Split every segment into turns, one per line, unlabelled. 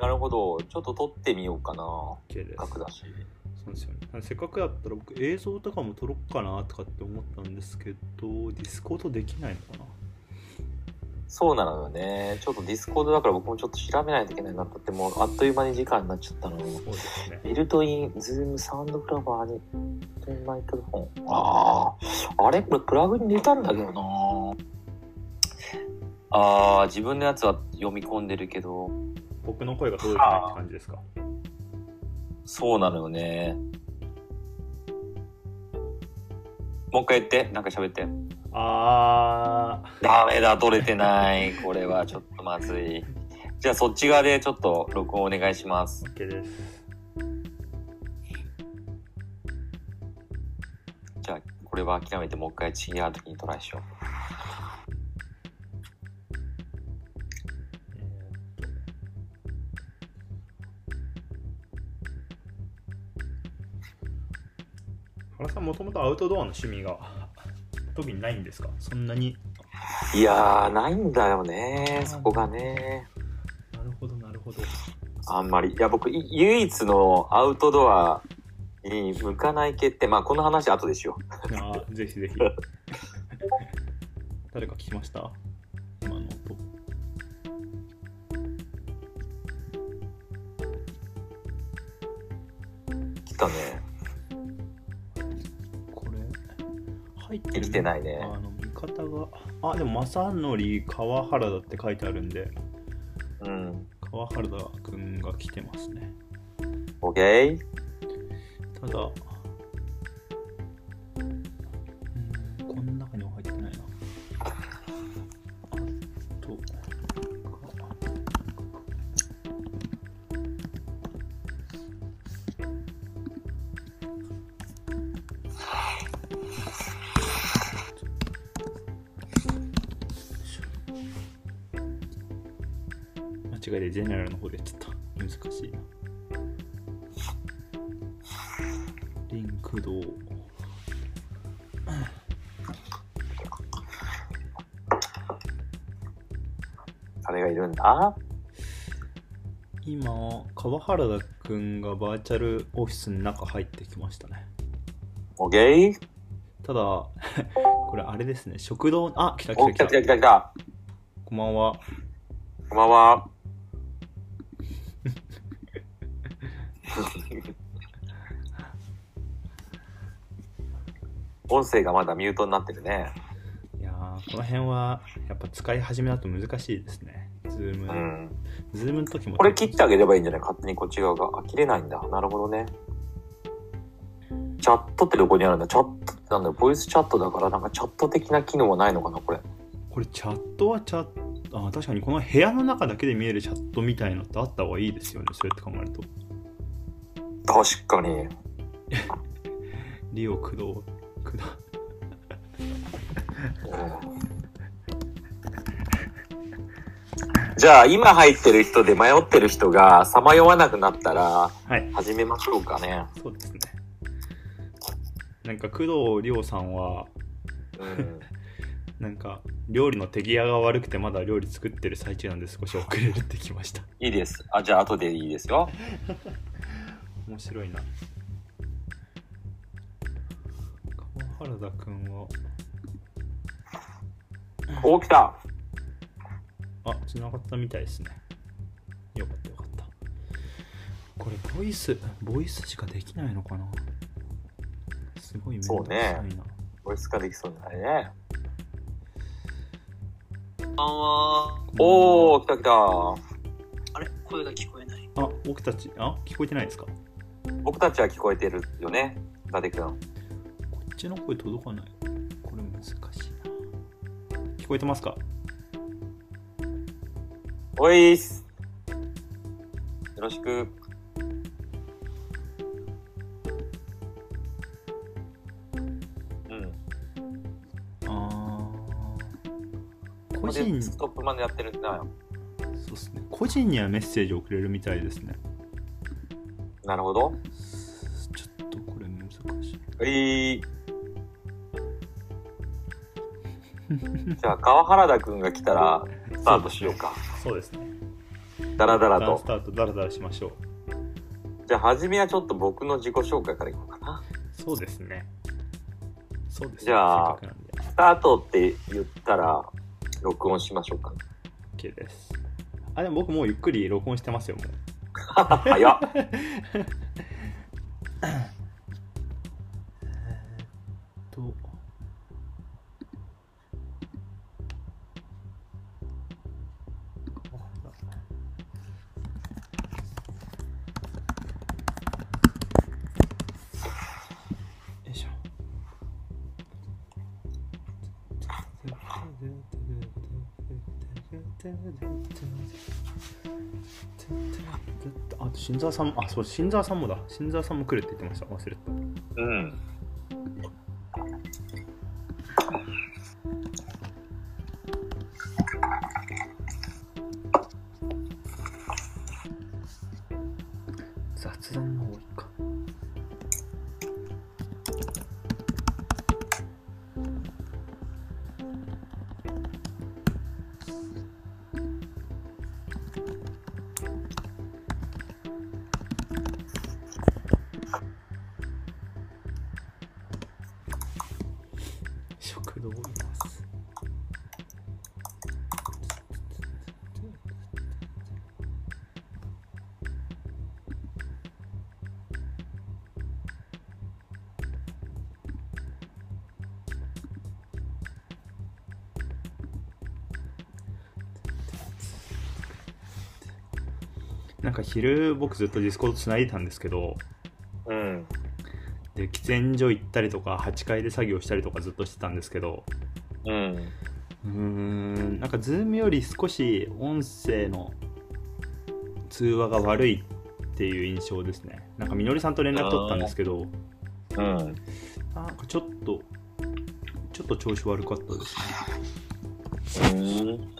なるほど。ちょっと撮ってみようかな。
OK です
格だし。
そうですよねあのせっかくだったら僕映像とかも撮ろっかなとかって思ったんですけどディスコードできないのかな
そうなのよね。ちょっとディスコードだから僕もちょっと調べないといけないなとって、もうあっという間に時間になっちゃったの。
そうですね
ビルトイン、ズーム、サウンドクラバーに、マイクロフォン。ああ、あれこれプラグに入れたんだけどな。ああ、自分のやつは読み込んでるけど、
僕の声が届いてないって感じですか
そうなのよね。もう一回言って、なんか喋って。
あ
ダメだ、取れてない。これはちょっとまずい。じゃあそっち側でちょっと録音お願いします。
ー OK です
じゃあこれは諦めてもう一回違う時にトライしよ
えーっと原さんもともとアウトドアの趣味が特にないんですかそんなに
う。いやー、ないんだよね。そこがね。
なるほどなるほど
あんまり。いや、僕、い唯一のアウトドアに向かない系って、まあこの話後でしよう。
あ ーぜひぜひ誰か聞きました今の音
来たね。
これ入って
生
る
きてないね
あ。の見方があでも正則川原だって書いてあるんで
うん。
川原田くんが来てますね
オッケー
ただうーんこの中には入ってないなあと間違いでジェネラルの方でやっちゃった難しいなリンクド
誰がいるんだ
今川原田くんがバーチャルオフィスの中入ってきましたね
オッケー
ただ これあれですね食堂あ来た
お、
来
来
た
た
来
来
た
た来た来た。
こんばんは
こんばんは。音声がまだミュートになってるね。
いやーこの辺はやっぱ使い始めだと難しいですねズーム、
うん。
ズームの時も
これ切ってあげればいいんじゃない勝手にこっち側が。あ、切れないんだ。なるほどね。チャットってどこにあるんだチャットってなんだろうボイスチャットだからなんかチャット的な機能はないのかなこれ。
これチャットはチャットあ確かにこの部屋の中だけで見えるチャットみたいのってあった方がいいですよねそうやって考えると
確かに。
リオ駆動駆動
じゃあ今入ってる人で迷ってる人がさまよわなくなったら
はい
始めましょうか ね。
そうですねなんか工藤リオさんは
うん、
なんか料理の手際が悪くてまだ料理作ってる最中なんで少し遅れるってきました
いいです。あじゃあ後でいいですよ。
面白いな川原田くんは
お来た
あ繋がったみたいですねよかったよかったこれボイスボイスしかできないのかなすごい面倒くさいな、
そうボイス化できそうにないね。こんばんは。おー来た来た。
あれ声が聞こえない。
あ僕たちあ聞こえてないですかこ
僕たちは聞こえてるよね。伊達くん。
っちの声届かないこれ難しいな聞こえてますか
おいっす。よろしく。うん。
あー個
これ
人
でストップまでやってるんだよ。
そうっすね個人にはメッセージを送れるみたいですね
なるほど。
ちょっとこれ難しい
はい。じゃあ、川原田くんが来たら、スタートしようか。
そうですね
ダラダラ
ダン
と
ス。タートダラダラしましょう
じゃあ、初めはちょっと僕の自己紹介からいこうかな。
そうですねそうですね
じゃあ
せっかくなんで
スタートって言ったら、録音しましょうか、ね。
OK ですあでも僕もうゆっくり録音してますよもう
早っ
とよいしょあと新澤さんもあそう新澤さんもだ新澤さんも来るって言ってました忘れてた
うん。
雑談の方がいいか食堂いますなんか昼僕ずっとディスコードつないでたんですけど
うん。
で喫煙所行ったりとか8階で作業したりとかずっとしてたんですけど
うん。
うーんなんか Zoom より少し音声の通話が悪いっていう印象ですねなんかみのりさんと連絡取ったんですけど
うん。
なんかちょっとちょっと調子悪かったですね
うん。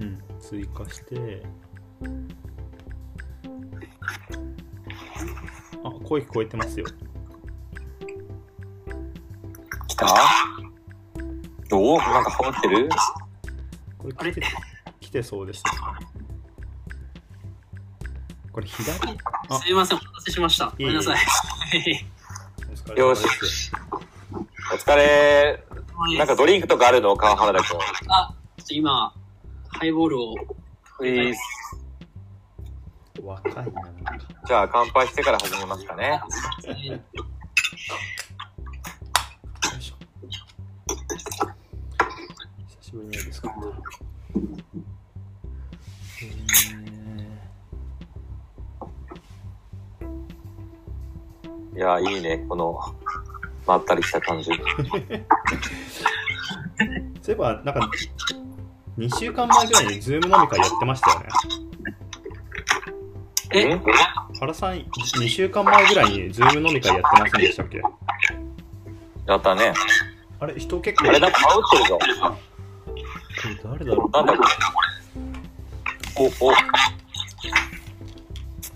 うん追加してあ声聞こえてますよ
来たおおなんかハマってる
これ来て来てそうですこれ左あ
すいません、お待たせしました。ごめんなさい。
お疲れ様です
よしお疲れ
はい
なんかドリンクとかあるの川原田君。
あ、ちょっと今、ハイボールを。
ウィース
若いななんか
じゃあ乾杯してから始めますかね。
よいしょ久しぶりにですかったえ
いや、いいね。この、まったりした感じ。
ーそういえばなんか2週間前ぐらいにズーム飲み会やってましたよね
え
ん
原さん2週間前ぐらいにズーム飲み会やってませんでしたっけ
やったね。
あれ人結
あ
構
れ、なんか羽織ってるぞ。
誰だろ
なんだこれ。お、お。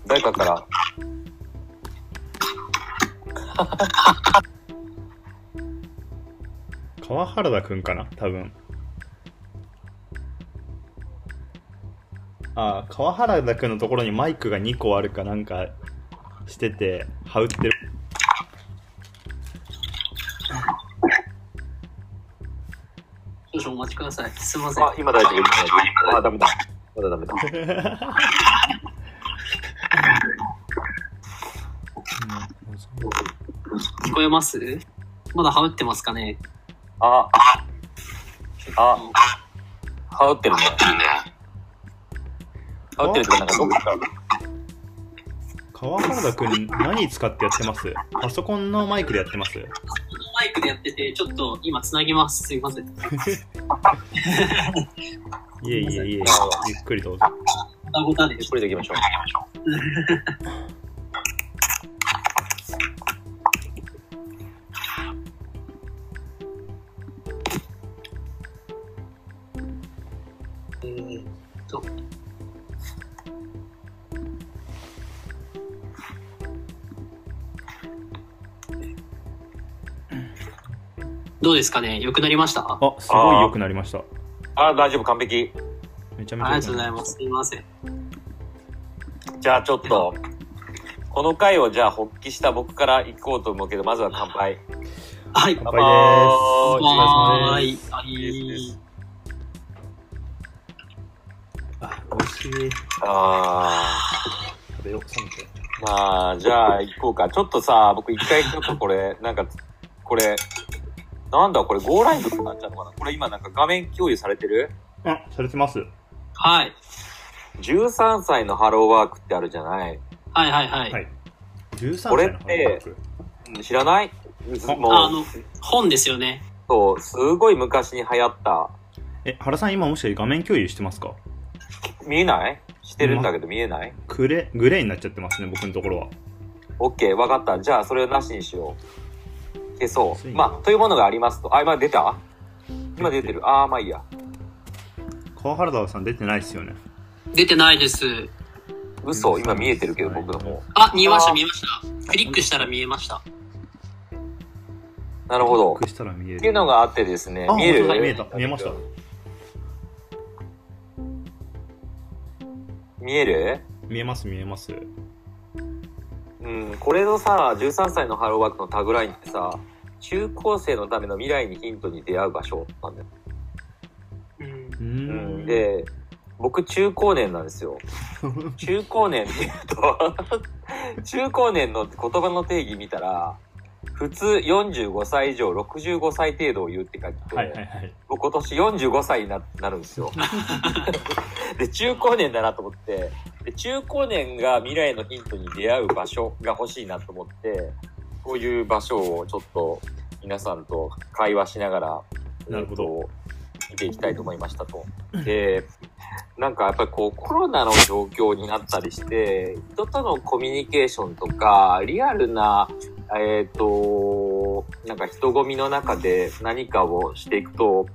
誰かから。
う川原田くんかな多分ああ川原田くんのところにマイクが2個あるかなんかしてて羽織ってる
少々お待ちください。すいません。
あ、今大丈夫。今大丈夫あ、ダメだ。まだダメだ。
聞こえますまだハウってますかね
あ、
ちょっ
あ
と
羽織ってるね。羽織ってるってなんかどっから。
川原田くん何使ってやってますパソコンのマイクでやってます
マイクでやってて、ちょっと今つなぎます。すいません。
いえいえいえゆっくりどうぞ
ごたごたで
ゆっ。くりでいきましょう。
どうですかね良くなりましたあ
あすごい良くなりました
あ、大丈夫、完璧。
めちゃ
り
めちゃ良く
がとうござ
ないりまし
ま
た
す。すみません。
じゃあちょっと、この回をじゃあ発揮した僕から行こうと思うけど、まずは乾杯。
は
乾杯
い。
です
乾杯
お疲れ様です
は
です
い。
あ美味しい
あ
食べよう冷めて
ーまあ、じゃあ行こうか。ちょっとさ、僕一回ちょっとこれ、なんか、これ、なんだこれ、ゴーライブになっちゃうのかなこれ今なんか画面共有されてる
あされてます
はい。
?13 歳のハローワークってあるじゃない
はいはいはい。
はい13歳
これ
の
って
ハローワーク
うん知らない
あ
あ
もう
の、本ですよね。
そう、すごい昔に流行った。
え原さん今もしかして画面共有してますか
見えないしてるんだけど見えない
グレグレーになっちゃってますね僕のところは
?OK、わかった。じゃあそれをなしにしよう。消そ
つ
う。
いに
まあ、というものがありますと。あ、今出た今出てる。あー、まあいいや。
川原田さん出てないですよね
出てないです。
嘘、今見えてるけど僕の方。
あ、見えまし
あ
た
ー
見えました。クリックしたら見えました。
なるほど。
クリックしたら見える
っていうのがあってですね
あ、
見える
本当だ見えた見えました
見える
見えます見えます
うん、これのさ、13歳のハローワークのタグラインってさ、中高生のための未来にヒントに出会う場所なんだよ。
うん
うー
うんん、で、僕中高年なんですよ。中高年っていうと、 中高年の言葉の定義見たら、普通45歳以上65歳程度を言うって書いてて、
はいはいはい
僕今年45歳にななるん ですよ。で、中高年だなと思って、で中高年が未来のヒントに出会う場所が欲しいなと思って、こういう場所をちょっと皆さんと会話しながら、
なるほど
えっと見ていきたいと思いましたと。で、なんかやっぱりこうコロナの状況になったりして、人とのコミュニケーションとか、リアルな、えっ、と、なんか人混みの中で何かをしていくと、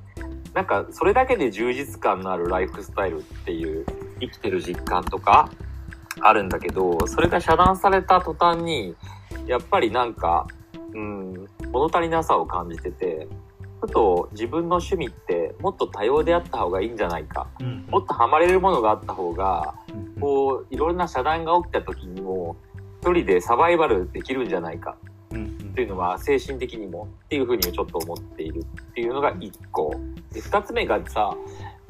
なんかそれだけで充実感のあるライフスタイルっていう生きてる実感とかあるんだけど、それが遮断された途端に、やっぱりなんか、うん、物足りなさを感じてて、ふと自分の趣味ってもっと多様であった方がいいんじゃないか。
うん
もっとハマれるものがあった方が、
うん
こう、いろんな遮断が起きた時にも、一人でサバイバルできるんじゃないか
うんうん
というのは精神的にもっていうふうにちょっと思っているっていうのが1個。で、2つ目がさ、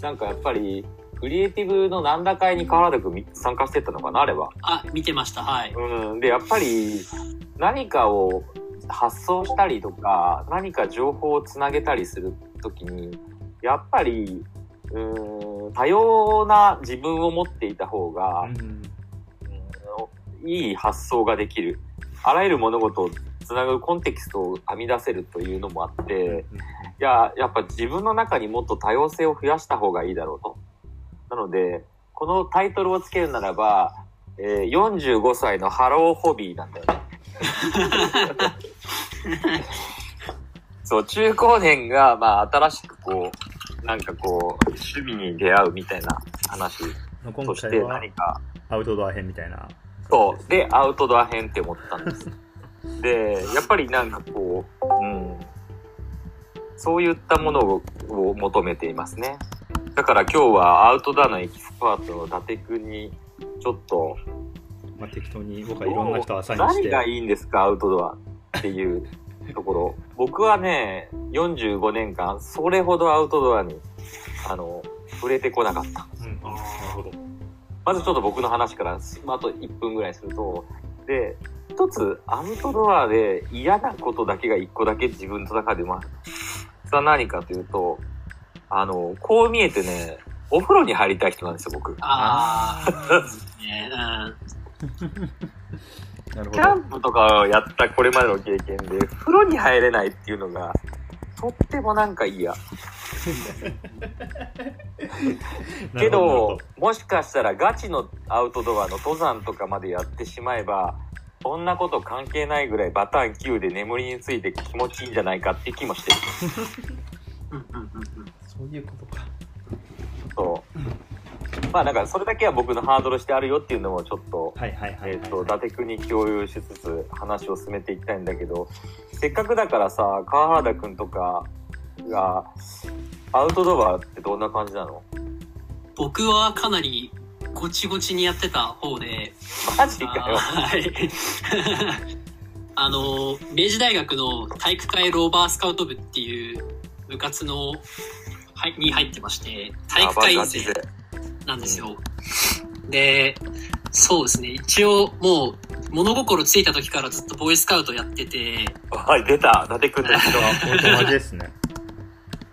なんかやっぱり、クリエイティブのなんだかいに河原田君参加してったのかな、あれは。
あ、見てました。はい。
うん。で、やっぱり、何かを発想したりとか、何か情報をつなげたりするときに、やっぱり、うん、多様な自分を持っていた方が、
うん
いい発想ができる。あらゆる物事をつなぐコンテキストを編み出せるというのもあって、いや、やっぱ自分の中にもっと多様性を増やした方がいいだろうと。なので、このタイトルをつけるならば、えー45歳のハローホビーなんだよね。そう、中高年が、まあ、新しくこう、なんかこう、趣味に出会うみたいな話
今
とし
回
て
は
何か
アウトドア編みたいな
そう。で、アウトドア編って思ったんです。 で、やっぱりなんかこう、うん。そういったものをを求めていますね。だから今日はアウトドアのエキスパートの伊達くんに、ちょっと、
まあ、適当に僕はいろんな人をアサインし
何
て
がいいんですか、アウトドアっていうところ。僕はね、45年間、それほどアウトドアに、あの、触れてこなかった。
うんなるほど
まずちょっと僕の話から、まあ、あと1分ぐらいすると、で、一つアウトドアで嫌なことだけが一個だけ自分の中でまあ、それは何かというと、あの、こう見えてね、お風呂に入りたい人なんですよ、僕。キ
ああ。ねうん
なるほ
ャ
ど
ンプとかをやったこれまでの経験で、風呂に入れないっていうのが、とってもなんか嫌。けど、もしかしたらガチのアウトドアの登山とかまでやってしまえば、そんなこと関係ないぐらいバターン9で眠りについて気持ちいいんじゃないかって気もしてる。
うんうんうんうん
そういうことか
そまあなんかそれだけは僕のハードルしてあるよっていうのもちょっと
はいはいはいはい、
えー、と伊達君に共有しつつ話を進めていきたいんだけどせっかくだからさ川原君とかがアウトドアってどんな感じなの
僕はかなりごちごちにやってた方で、
マジかよ
はい。 あの、明治大学の体育会ローバースカウト部っていう部活の、はい、に入ってまして、体育
やば
会
い
生
ガチ勢
なんですよ。で、そうですね。一応もう物心ついた時からずっとボーイスカウトやってて、
はい出た伊達君と一緒
お友達ですね。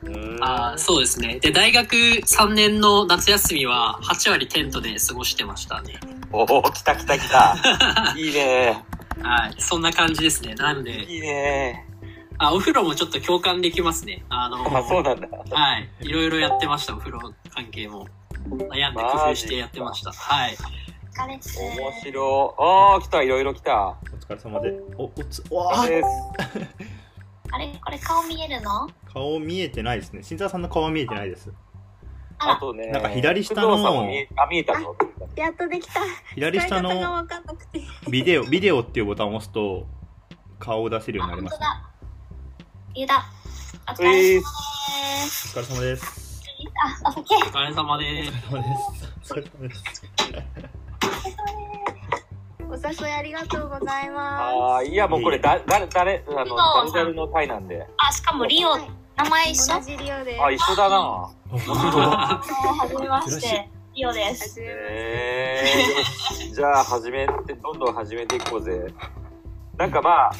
うーん
あーそうですね。で、大学3年の夏休みは8割テントで過ごしてましたね。
おお来た来た来 たいいね
はい。そんな感じですね。なんで、
いいね
あ、お風呂もちょっと共感できますね。あの、
あそうなんだ
はい。いろいろやってました、お風呂関係も。悩んで工夫してやってました。はい。
疲れっす
面白ああ来たいろいろ来た
お疲れ様で。お、おつ、お
あ
わー
です
あれこれ顔見えるの
顔見えてないですね。新沢さんの顔は見えてないです。
あ
あ
ら
とね
なんか左下の
工藤さんも見えあ見えたの
やっとできた
左下
使い方が
の
分かんなくて
ビデオ、ビデオっていうボタンを押すと、顔を出せるようになります、ね。
あ本当だゆだお疲れ様です、
お疲れ様です。
あ、お酒
お疲れ様で
お
す。
疲れ様です。お疲れ様です。
お誘いありがとうございま
ああいやもうこれだ誰誰あの
工藤さ
ダル
ん
ダルの回なんです
あ、しかもリオ名前一緒
同じリオです。
あ一緒だな
あ本当だ
はじめまし
珍して
リオです
初めまして
えー、 じゃあ始めてどんどん始めていこうぜなんかまあ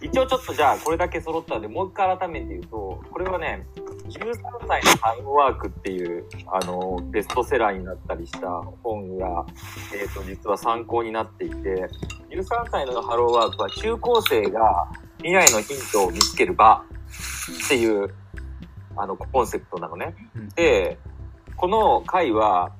一応ちょっとじゃあこれだけ揃ったんでもう一回改めて言うとこれはね13歳のハイムワークっていうあのベストセラーになったりした本が、えー、と実は参考になっていて13歳のハローワークは中高生が未来のヒントを見つける場っていうあのコンセプトなのね。
うん
でこの回は、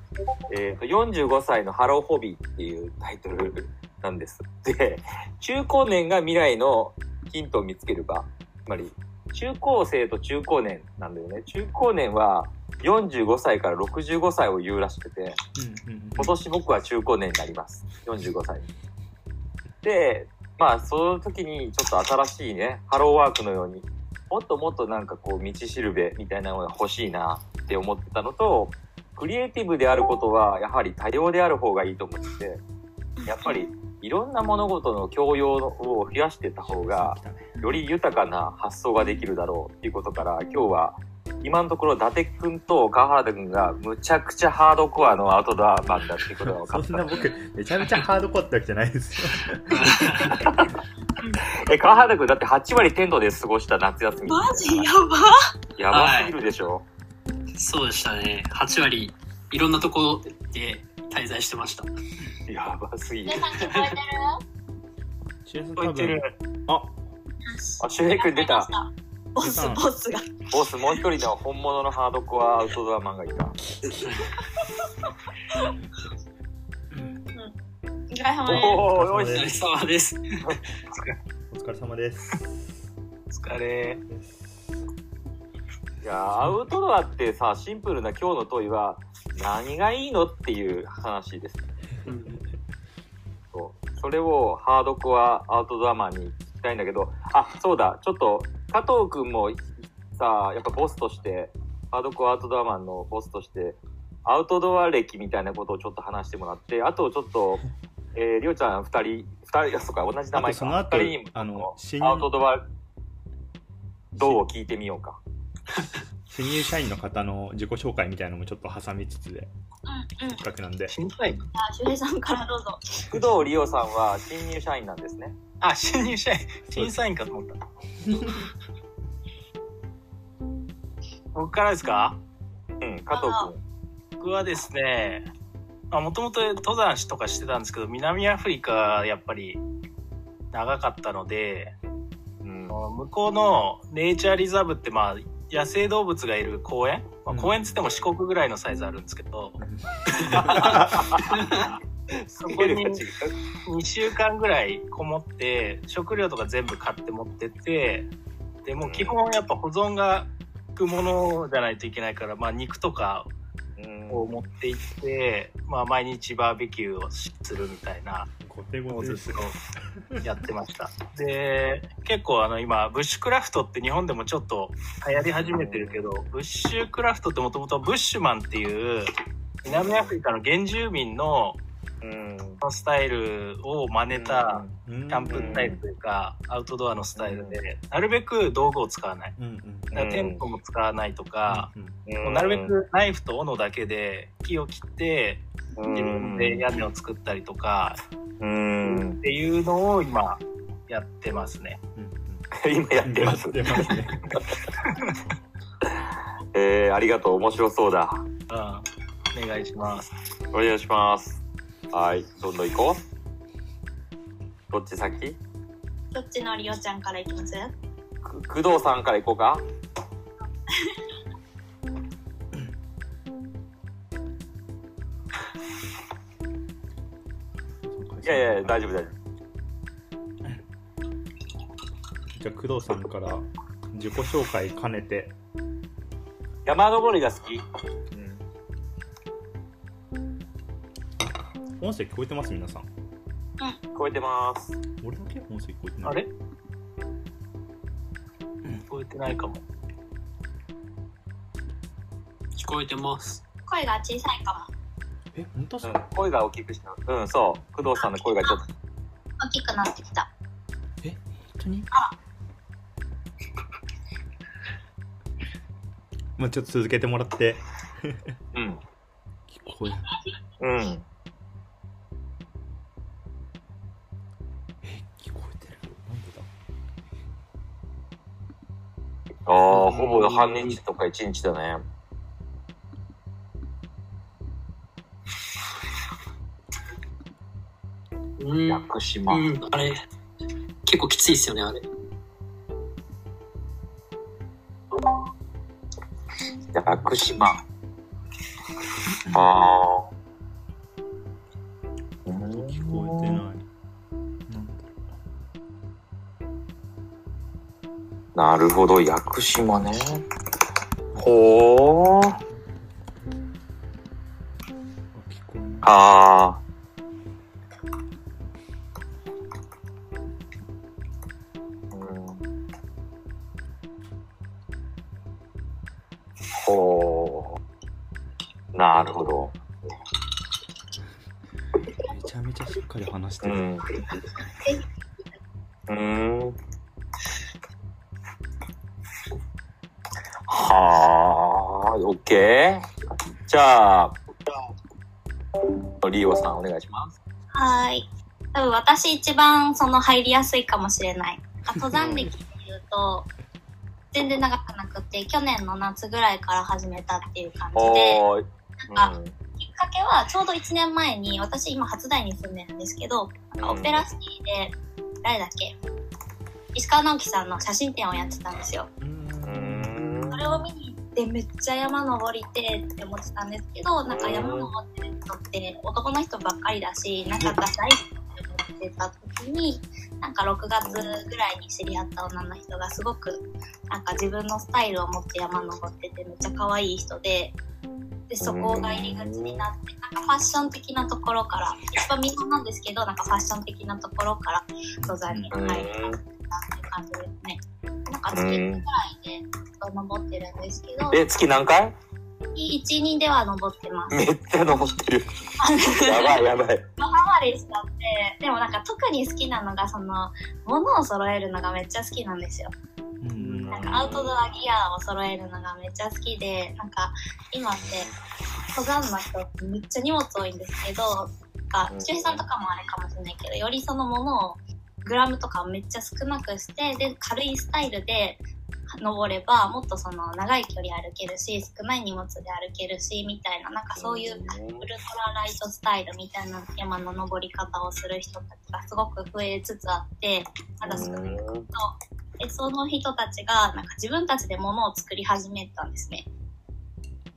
えーと45歳のハローホビーっていうタイトルなんです。で、 中高年が未来のヒントを見つける場。つまり、中高生と中高年なんだよね。中高年は45歳から65歳を言うらしくて、
うんうんうん
今年僕は中高年になります。45歳に。で、まあ、その時にちょっと新しいね、ハローワークのように、もっともっとなんかこう、道しるべみたいなのが欲しいなって思ってたのと、クリエイティブであることは、やはり多様である方がいいと思って、やっぱり、いろんな物事の教養を増やしてた方が、
来たね
より豊かな発想ができるだろうっていうことから今日は今のところ伊達くんと川原くんがむちゃくちゃハードコアのアウトドアマンだっていうことが分かっ
そんな
た。
僕、めちゃめちゃハードコアってわけじゃないですよ。
え、川原くんだって8割テントで過ごした夏休み。
マジやば
やばすぎるでしょ。
そうでしたね。8割、いろんなとこで滞在してました。
やばすぎる
皆。さん聞こえてる
シュウさん
言
多
って
分
る。
あ、
あ、周平くん出 た。
ボス
出た
ボスが。
ボス、もう一人の本物のハードコアアウトドアマンがいた。おー、
お疲れ様です
お
お
疲
い
れ様
お疲
し
れ様です。
お疲れ様です。
お疲れ。いやーアウトドアってさ、シンプルな今日の問いは、何がいいのっていう話です。
うん
そうそれをハードコアアウトドアマンに聞きたいんだけどあそうだちょっと加藤君もさやっぱボスとしてハードコアアウトドアマンのボスとしてアウトドア歴みたいなことをちょっと話してもらってあとちょっと、えー、りょうちゃん2人2人あそうか同じ名前か
あとその後
2人にも
あの新
アウトドアどうを聞いてみようか
新入社員の方の自己紹介みたいなのもちょっと挟みつつで、
うんうん
せっかくなんで。
新入社員
あ、周平さんからどうぞ
工藤理央さんは新入社員なんですね
あ、新入社員。審査員かと思った。
僕からですか
うん加藤
あ
僕はですねもともと登山とかしてたんですけど南アフリカがやっぱり長かったので
君うん
向こうのネイチャーリザーブってまあ野生動物がいる公園、まあ
うん
公園っつっても四国ぐらいのサイズあるんです けど、そこ
レベル
に
が違う
2週間ぐらいこもって食料とか全部買って持ってってでもう基本やっぱ保存が効くものじゃないといけないから、まあ、肉とか
うん
を持って行って、まあ、毎日バーベキューをするみたいな
コテ
も
ゴ
う
テ
ず
で
っ
す
とやってました。で、結構あの今、ブッシュクラフトって日本でもちょっと流行り始めてるけど、ブッシュクラフトってもともとブッシュマンっていう南アフリカの原住民の
うん。
スタイルを真似た
キ
キャンプスタイルというか、アウトドアのスタイルで、なるべく道具を使わない。
うんうん
だからテントも使わないとか、
うん
う
もうんなるべくナイフと斧だけで木を切って自分で屋根を作ったりとか
うん
っ。ていうのを今やってますね。
う ん
今や
う
っ
ん
てます。
やってますね
えー、ありがとう。面白そうだ。
うん、お願いします。
お願いします。はい。どんどん行こう。どっち先
どっちのりおちゃんからいきます
く工藤さんから行こうか。いやいや、大丈夫、大丈
じゃあ工藤さんから自己紹介兼ねて
夫。山登りが好き。
音声聞こえてます皆さん
聞こえてます。
俺だけ音声聞こえてない
あれ聞こえてないかも。
聞こえてます。
声が小さいかも
え本当
う
そ
ん
う、
声が大きくした。うん、そう。工藤さんの声がちょっと。
大きくなってきた
え本当にまあちょっと続けて もらって
うん。
聞こえ
うん。
え聞こえてるなんで
あ
だ
あ、ほぼ半日とか一日だね。
うん。
屋久島。
うん、あれ、結構きついっすよね、あれ。
屋久島。ああー。
聞こえてないなんだ
なるほど、屋久島ね。ほー。
ろう聞こえない
あーうんほーなるほど。
めちゃめちゃしっかり話して
う
る、
ん。うーん。はーい、オッケー。じゃあ、リオさんお願いします。
はーい多分私一番その入りやすいかもしれないあ登山歴っていう と全然長くなくて去年の夏ぐらいから始めたっていう感じで
おーい。
なん
うん
きっかけはちょうど1年前に私今初台に住んでるんですけどなんかオペラシティで誰だっけ石川直樹さんの写真展をやってたんですよ
うーん
それを見に行ってめっちゃ山登りてって思ってたんですけどなんか山登ってる人って男の人ばっかりだしなんかダサいって思ってた時になんか6月ぐらいに知り合った女の人がすごくなんか自分のスタイルを持って山登っててめっちゃ可愛い人で。でそこが入り口になってなんかファッション的なところから一番みんななんですけどなんかファッション的なところから登山に入りたっていう感じですね。なんか月1くらいで登ってるんですけど、
え、月何回
1、2では登ってます。
めっちゃ登って る。やばいやばい。
ハマりしちゃって、でもなんか特に好きなのが、その、物を揃えるのがめっちゃ好きなんですよ。
うん
なんかアウトドアギアを揃えるのがめっちゃ好きで、なんか今って登山の人ってめっちゃ荷物多いんですけど、なんか中飛さんとかもあれかもしれないけど、よりその物をグラムとかをめっちゃ少なくして、で、軽いスタイルで登れば、もっとその長い距離歩けるし、少ない荷物で歩けるし、みたいな、なんかそういうウルトラライトスタイルみたいな山の登り方をする人たちがすごく増えつつあって、まだ少ないでその人たちがなんか自分たちで物を作り始めたんですね。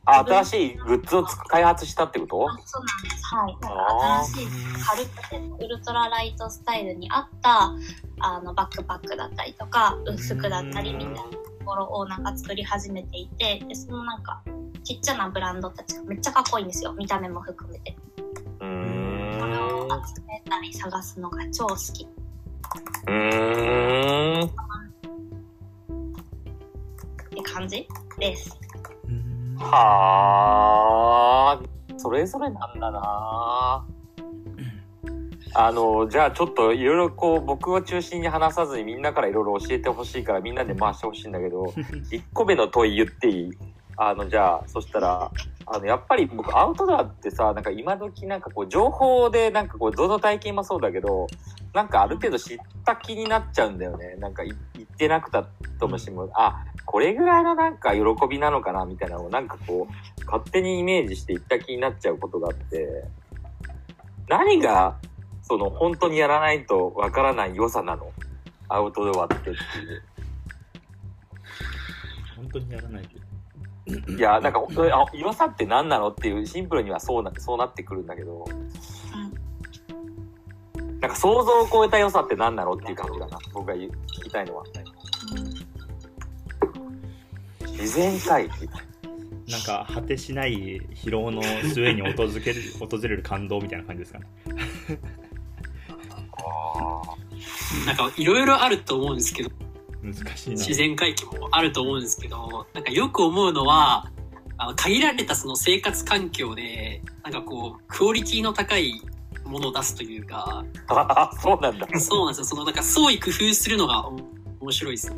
あ新しいグッズをつ開発したってこと
あそうなんです。はい。なんか新しい軽くてウルトラライトスタイルに合ったあのバックパックだったりとか服だったりみたいなところをなんか作り始めていてでそのなんかちっちゃなブランドたちがめっちゃかっこいいんですよ見た目も含めて
う
それを
ん。
集めたり探すのが超好き
うん。
って感じです
うん
はあ、それぞれなんだな。あの、じゃあちょっといろいろこう僕を中心に話さずにみんなからいろいろ教えてほしいからみんなで回してほしいんだけど、1個目の問い言っていいあの、じゃあ、そしたら、あの、やっぱり僕アウトドアってさ、なんか今時なんかこう情報でなんかこうどの体験もそうだけど、なんかある程度知った気になっちゃうんだよね。なんかい行ってなくたともしても、あ、これぐらいのなんか喜びなのかなみたいなのをなんかこう、勝手にイメージして行った気になっちゃうことがあって、何が、その、本当にやらないとわからない良さなのアウトドアってっていう。
本当にやらないけど
いや、なんか本当に、あ、良さって何なのっていう、シンプルにはそうな、そうなってくるんだけど、なんか想像を超えた良さって何なのっていう感じだな。僕が言う聞きたいのは。自然回帰。
なんか果てしない疲労の末に訪れる訪れる感動みたいな感じですかね
あ
なんかいろいろあると思うんですけど、
難しいな
自然回帰もあると思うんですけど、なんかよく思うのは、あの限られたその生活環境で、なんかこう、クオリティの高いものを出すというか、
あ、そうなんだ。
そうなんですよ。そのなんか創意工夫するのがお面白いです。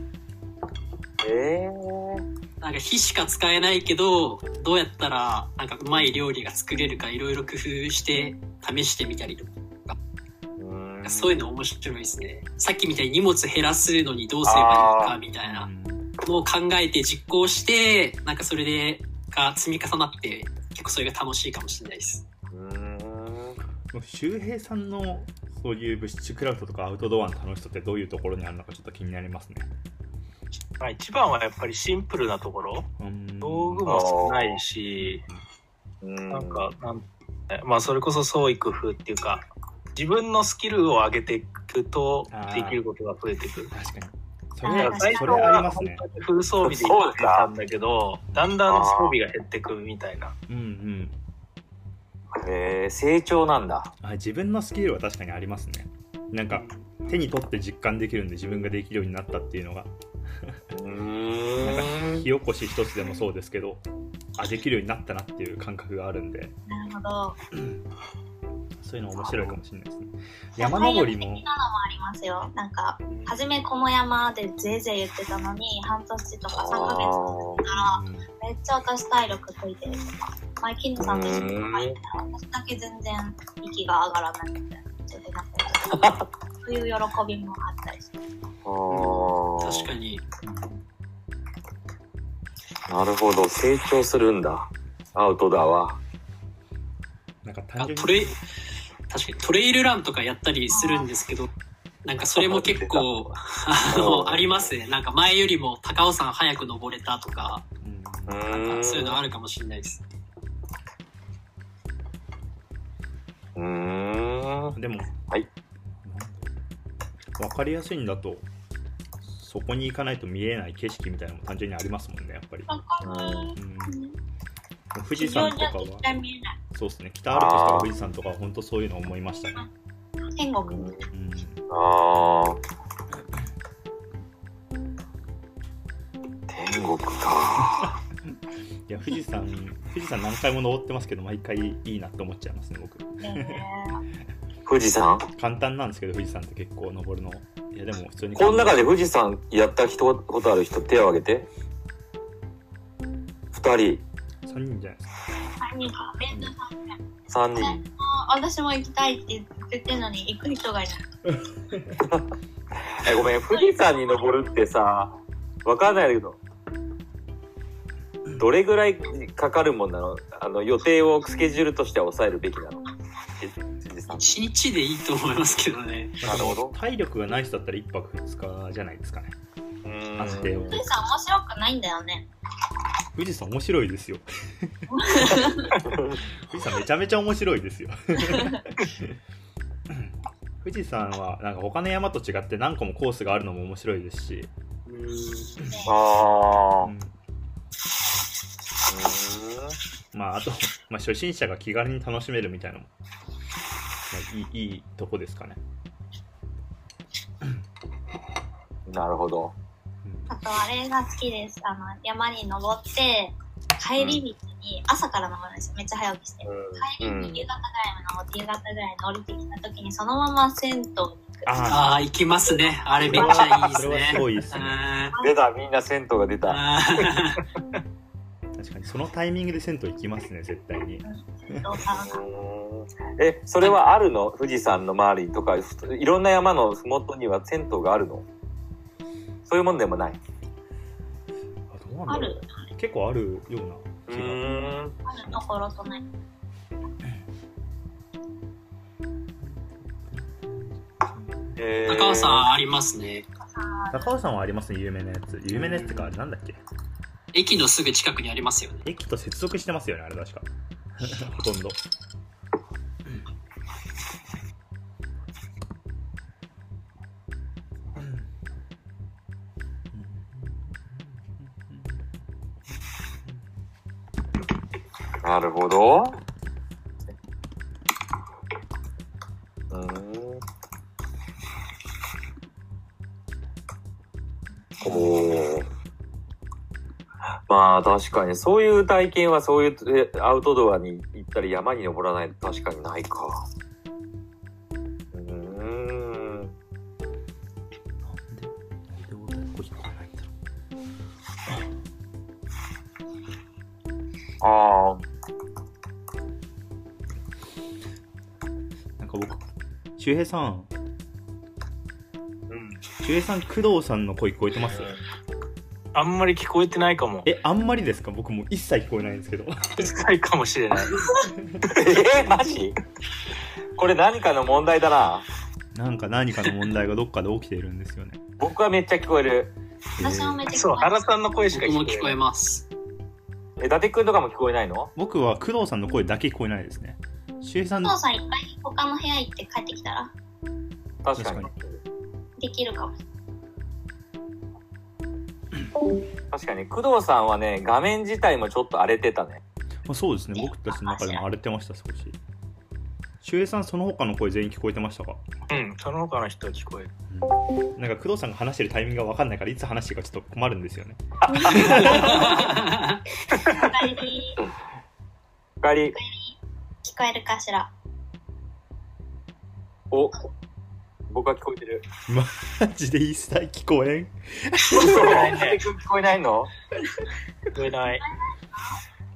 ええー。
なんか火しか使えないけど、どうやったらなんかうまい料理が作れるかいろいろ工夫して試してみたりとか、
うん
そういうの面白いですね。さっきみたいに荷物減らすのにどうすればいいかみたいなのを考えて実行して、なんかそれでが積み重なって結構それが楽しいかもしれないです。
うん
うん周平さんのそういうブッシュクラフトとかアウトドアの楽しさってどういうところにあるのかちょっと気になりますね
まあ、一番はやっぱりシンプルなところ
うん
道具も少ないし
うん。
なんかなん、まあ、それこそ創意工夫っていうか自分のスキルを上げていくと
あー
できることが増えてくる。
確かにそ
あ
れ
ー
は
確か
それありますね
フル装備で行ってたんだけど、だんだん装備が減ってくみたいな。
うんうん
えー、成長なんだ。
あ自分のスキルは確かにありますねなんか手に取って実感できるんで自分ができるようになったっていうのが
うん
なんか火起こし一つでもそうですけどあできるようになったなっていう感覚があるんで
なるほど
そういうの面白いかもしれないですね山登りも
体力的なのもありますよなんか初めこの山でぜいぜい言ってたのに半年とか3ヶ月か
う
ら
ん
めっちゃ私体力ついてるとか前金さんと一緒に入ってたら私だけ全然息が上がらないみたいな状態になったりとかそういう喜びもあったりして
あー
確かに。
なるほど、成長するんだ。アウトドアは。
なんか単
あ
純
ト
に
レ確かにトレイルランとかやったりするんですけど、なんかそれも結構、あ
おー
の、ありますね。なんか前よりも高尾山早く登れたとか、
うん
う
なん
ん
かそういうのあるかもしれないです。
うーん。
でも、
はい
分かりやすいんだと、そこに行かないと見えない景色みたいなのも単純にありますもんね、やっぱり。
わかんない
うん、富士山とかは
地上じゃ絶、対見え ない
そうですね、北アルプスとか富士山とかは本当そういうの思いましたね。
天国みたい
うん、
ああ。天国か。
いや、富士山、富士山何回も登ってますけど、毎回いいなって思っちゃいますね、僕。
なね
富士山
簡単なんですけど、富士山って結構登るの。いや、でも普通に。
この中で富士山やった人ことある人手を挙げて。二人、
3人じゃないですか。
3人かベンダさん
三人。
私も行きたいって言ってるのに行く人がいない
え、ごめん、富士山に登るってさ、わかんないけど。どれぐらいかかるもんなのあの予定をスケジュールとしては抑えるべきなのえ富士山
一日でいいと思いますけどね。
なるほど
体力がない人だったら1泊2日じゃないですかね。
うん
安定を。
富士山面白くないんだよね
富士山面白いで すよ富士山めちゃめちゃ面白いですよ 富士山はなんか他の山と違って何個もコースがあるのも面白いですし、
ああ
うん
う
まあ、あと、まあ、初心者が気軽に楽しめるみたいなのも、まあ、いいいいとこですかね。
なるほど。
うん
あとあれが好きです。あの、山に登って、帰り道に朝から登るんですよ。めっちゃ早起きして。帰り
うん
に夕方ぐらいに登って、夕方ぐらいに降りてきた時に、そのまま銭湯に行く。
あ
ああ、行きますね。あれめっちゃいい
あ、
で
そ
す
れはす
ね。
ごいです
う
ね。
ん
出た、みんな銭湯が出た。
あー
確かに、そのタイミングで銭湯行きますね、絶対に。
どうかな
え、それはあるの富士山の周りとか、ふいろんな山のふもとには銭湯があるのそういうもんでもない。
あ、どうな
あ
んだろ
る、
う。結構あるような気が。
ん。
あるところとない。
えー
高尾山ありますね。
高尾山はありますね、有名なやつ。有名なやつってか、あれなんだっけ
駅のすぐ近くにありますよね。
駅と接続してますよね、あれ確か。ほとんど。
なるほど。うーん。おーまあ確かにそういう体験はそういうえアウトドアに行ったり山に登らないと確かにないか。うーん。
なんで、なんで俺こっち行かないんだろ
ああ。
う。なんか僕、周平さん、
うん。
周平さん、工藤さんの声聞こえてます
あんまり聞こえてないかも。
え、あんまりですか僕もう一切聞こえないんですけど。
近いかもしれない。
えー、マジこれ何かの問題だな。
なんか何かの問題がどっかで起きているんですよね。
僕はめっちゃ聞こえる。
私もめっちゃ
そう、原さんの声しか
僕も
聞
聞
こ
こえ
えな い。
ます。
え、伊達くんとかも聞こえないの
僕は工藤さんの声だけ聞こえないですね。周平さんの
お父さんいっぱい他の部屋行って帰ってきたら
確かに。
確
できるかも。
確かに工藤さんはね画面自体もちょっと荒れてたね
まあ、そうですね、僕たちの中でも荒れてました、少し。周平さん、その他の声全員聞こえてましたか、
うん、その他の人は聞こえる。
うん、なんか工藤さんが話してるタイミングが分かんないから、いつ話していいかちょっと困るんですよね。
帰り、
おかり
聞こえるかしら。
お僕は聞こえてる
マジで一切聞こえん。
嘘
こえないね
聞こえないの
聞こえない。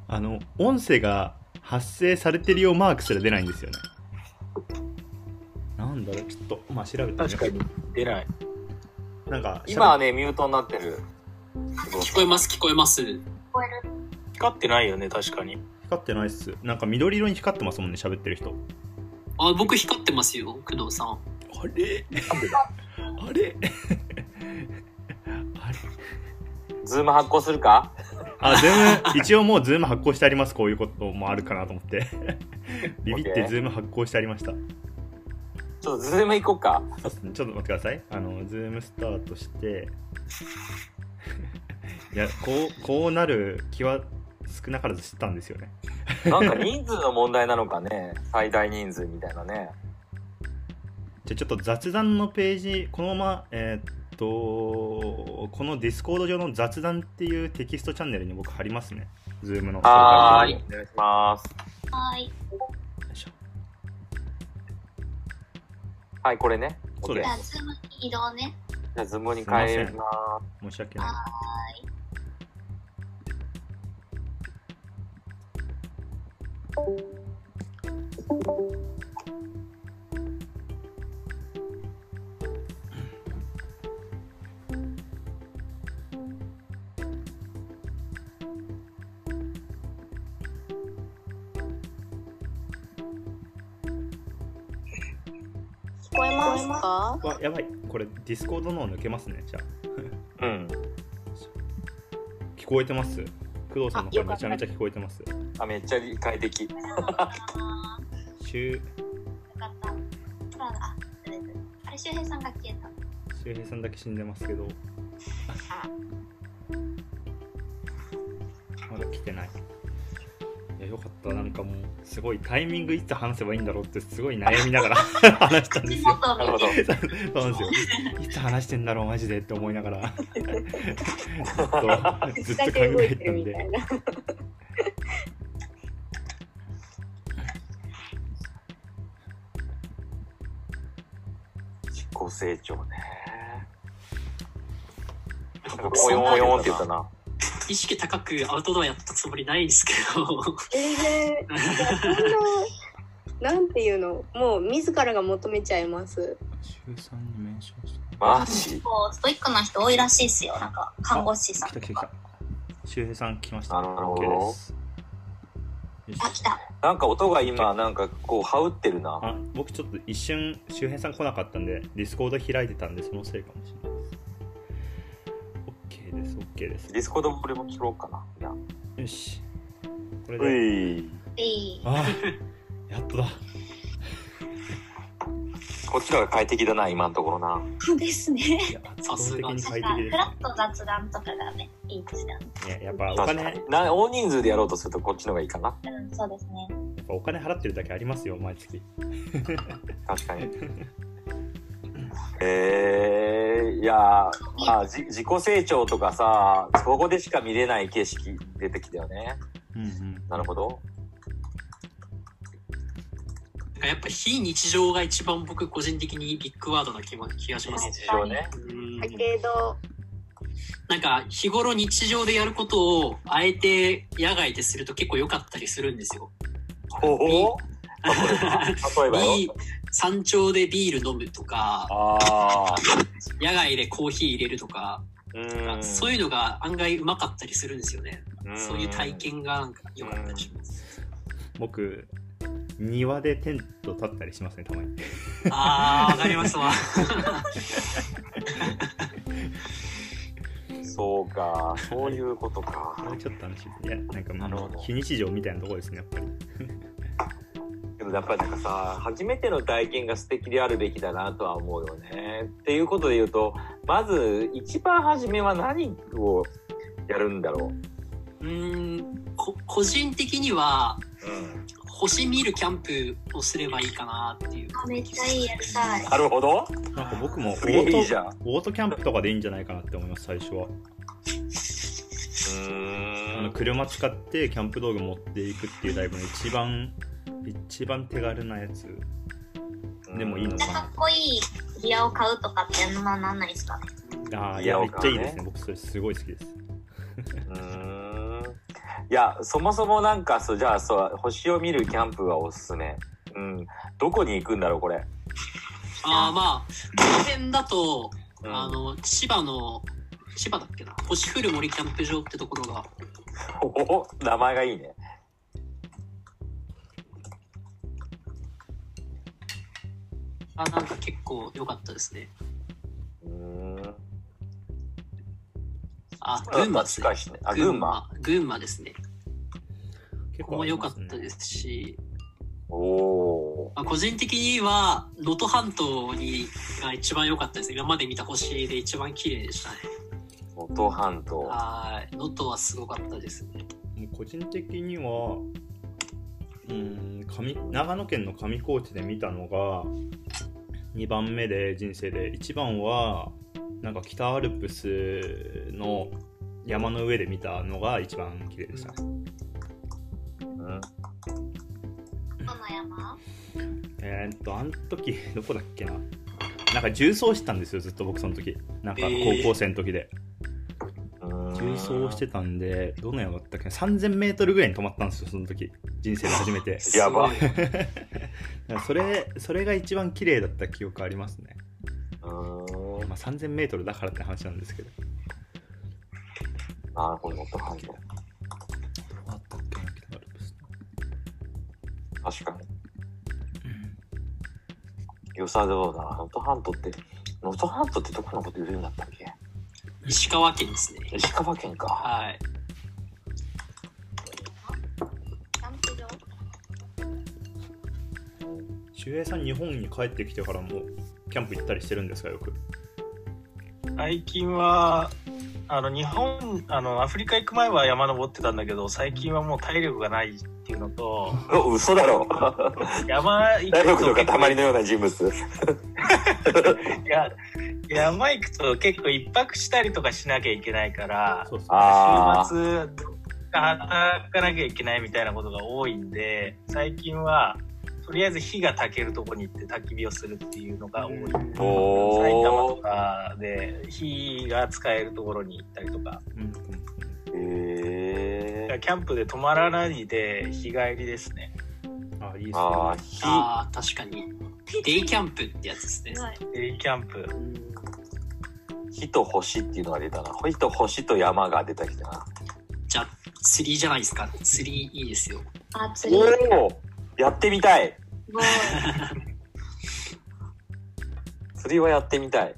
あの、音声が発生されてるようマークすら出ないんですよね。なんだろう、ちょっと、まあ、調べてみよう
確かに。出ない。
なんか、
今はねミュートになってる
聞こえます、聞こえます。
聞こえる。
光ってないよね、確かに。
光ってないっす。なんか緑色に光ってますもんね、喋ってる人。
あ、僕光ってますよ、工藤さん。
あれあれあれ
ズーム発行するか
あ、ズーム、一応もうズーム発行してあります。こういうこともあるかなと思 って。ビビってズーム発行してありました。ち
ちょっとズーム行こうか
ょっと待ってください。あの、ズームスタートして、 いや、こう、こうなる気は少なからず知ったんですよね。
なんか人数の問題なのかね最大人数みたいなね
じゃあちょっと雑談のページ、このまま、えーっと、このディスコード上の雑談っていうテキストチャンネルに僕貼りますね。ズームの。
はーいお願いします
はーい。
よいしょ
はいこれね
そうで
じゃあ、
す。
ズームに移動ね。
じゃあズームに変えます
申し訳ない。
聞こえますか
わ、やばい。これ、ディスコードの抜けますね。じゃあ。
うん
聞こえてます工藤さんの
あ
声
よか
め
っ
ち
た
ゃめちゃ聞こえてます
あめっちゃ理解的
周
よかった。ほらあ、ずれずれあれ、周平さんが消えた。
周平さんだけ死んでますけどまだ来てないいやよかったなんかもうすごいタイミングいつ話せばいいんだろうってすごい悩みながら 話したんです
口
よ。
元を見て
ど。
そうなんですよ。いつ話してんだろうマジでって思いながらずっとずっと考えてたんで。
な。
自己成長ね。
お
お
よ
よ
ん
ん
お
お
よ
よ
ん
ん
っ
ってて言ったた
言っ
な。
意識高くアウトドアやったつもりないんですけど、
全然、そんな、なんていうの、もう自らが求めちゃいます。
週三にメンションした。
マジ
こうストイックな人多いらしいですよなんか看護師さん
来た来た来た。周平さん来ました。
なるほど
OK です。よし
あ来た
なんか音が今、なんかこう、羽織ってるな。
あ僕ちょっと一瞬周平さん来なかったんでディスコード開いてたんでそのせいかもしれないです OK です OK です
ディスコードも俺も切ろうかな。いや。
よしこれ
う
で
い。
でいい
あーやっとだ
こっちの方が快適だな、今のところな。
ですね
いや圧倒的に
なん
快
か
適で
フラット雑談とかがねいいですよね
す、ね、やっぱお
確
金
か
やっ
に。な大人数でやろうとするとこっちの方がいいかな。
うんそうですね
ぱお金払ってるだけありますよ毎月
確か に。えー、いやー、まあ、じ自己成長とかさ、そこでしか見れない景色出てきたよね。
うんうん
なるほど。
なんかやっぱ非日常が一番僕個人的にビッグワードな気も気がしますね。
日常ね。
うん
だけど、
なんか日頃日常でやることをあえて野外ですると結構良かったりするんですよ。
ほほ例えば
いい
よ。
山頂でビール飲むとか、
あ
野外でコーヒー入れるとか、
ー。
そういうのが案外うまかったりするんですよね。
うん
そういう体。験がなんか良かったりします。
僕庭でテント立ったりしますねたまに
ああ、わかりますわ。
そうか。そういうことか。
これちょっと楽しいですねいやなんか
なるほど
非日常みたいなところですねやっぱり
でもやっぱりなんかさ初めての体験が素敵であるべきだなとは思うよね。っていうことで言うとまず一番初めは何をやるんだろ
うーん、こ個人的には
う、うん、
星見るキャンプをすればいいかなっていう。
あめっちゃいいやりたい
なるほど
なんか僕もオ
すげえいい
ー
じ
ト
ゃん。う
オートキャンプとかでいいんじゃないかなって思います最初はあ
ー
の
ん
車使ってキャンプ道具持っていくっていうタイプの一番一番手軽なやつでもいいの
めっ
か
ちゃ
な
かっこいいギアを買うとかってあんまなんないですか
ああい
いや
やめっ
わ
ちゃ
か
い
る
い
ね
ですね僕それすごい好きです
うーんいやそもそもなんかそうじゃあそう星を見るキャンプはおすすめ。うん、どこに行くんだろうこれ。
ああ、まあ、この辺だと、
うん
あの、千葉の、千葉だっけな、星降る森キャンプ場ってところが、
おお名前がいいね。
あなんか結構良かったですね。
うーん
あ、群馬ですね
近。いしねあ群馬。
群馬ですね。
結
ここも良かった
す
ですし、
おお
まあ、個人的には、能登半島にが一番良かったですね。今まで見た星で一番綺麗でしたね。
能登半島。
はい。能登はすごかったですね。
もう個人的にはうーん上長野県の上高地で見たのが2番目で人生で1番はなんか北アルプスの山の上で見たのが一番綺麗でした
うん
どの山
えーっと、あの時、 どこだっけな。なんか重装してたんですよ、ずっと僕その時。なんか高校生の時で。重装してたんで、どの山だったっけな。3000メートルぐらいに止まったんですよ、その時。人生で初めて。
やば
すごい
だからそれ、それが一番綺麗だった記憶ありますね。
うーん
まあ、3000メートルだからって話なんですけど。
なるほど能登半島
どこだったっけな、北アルプス
確かに良さそうだな能登半島って能登半島ってどこのこと言うんだったっけ
石川県ですね。
石川県か
はい。
キャンプ場
周平さん、日本に帰ってきてからも、キャンプ行ったりしてるんですか、よく。
最近はあの日本あのアフリカ行く前は山登ってたんだけど最近はもう体力がないっていういうの と、
お嘘だろ。
山行
大
く
学
と
の
結
塊
構
のような人物。
いや山行くと結構一泊したりとかしなきゃいけないから、
そうそう
ああ。
週末働かなきゃいけないみたいなことが多いんで、最近はとりあえず火が焚けるとこに行って焚き火をするっていうのが多い。
お
埼玉と
ー
かで火が使えるところに行ったりとか
うん
へえ。
キャンプで泊まらないで日帰りですね
あいいっすね
ああ、
ああ、確かに。デイキャンプってやつですね。
デイキャンプ
火、火と星っていうのが出たな。火と星と山が出たきたな。
じゃあ、釣りじゃないですか。釣りいいですよ。
あ、釣り。
おおやってみたい
すごい。
釣りはやってみたい。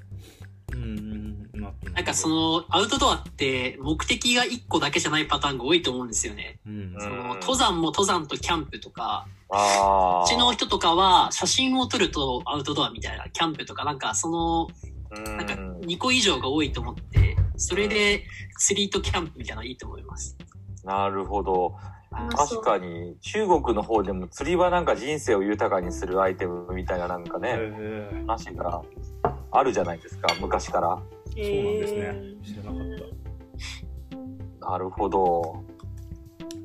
うんうんうん
なんかそ、の、アウトドアって目的が1個だけじゃないパターンが多いと思うんですよね。
うん
うん
その登山も登山とキャンプとか、
ああ。
うちの人とかは写真を撮るとアウトドアみたいな、キャンプとかなんかその
うん
なんか2個以上が多いと思って、それで釣りとキャンプみたいなのいいと思います。
なるほど。
楽しそ
確
う
かに、中国の方でも釣りはなんか人生を豊かにするアイテムみたいななんか
へ
ね、
え
話があるじゃないですか、昔から。
そうなんですね知らなかった
なるほど。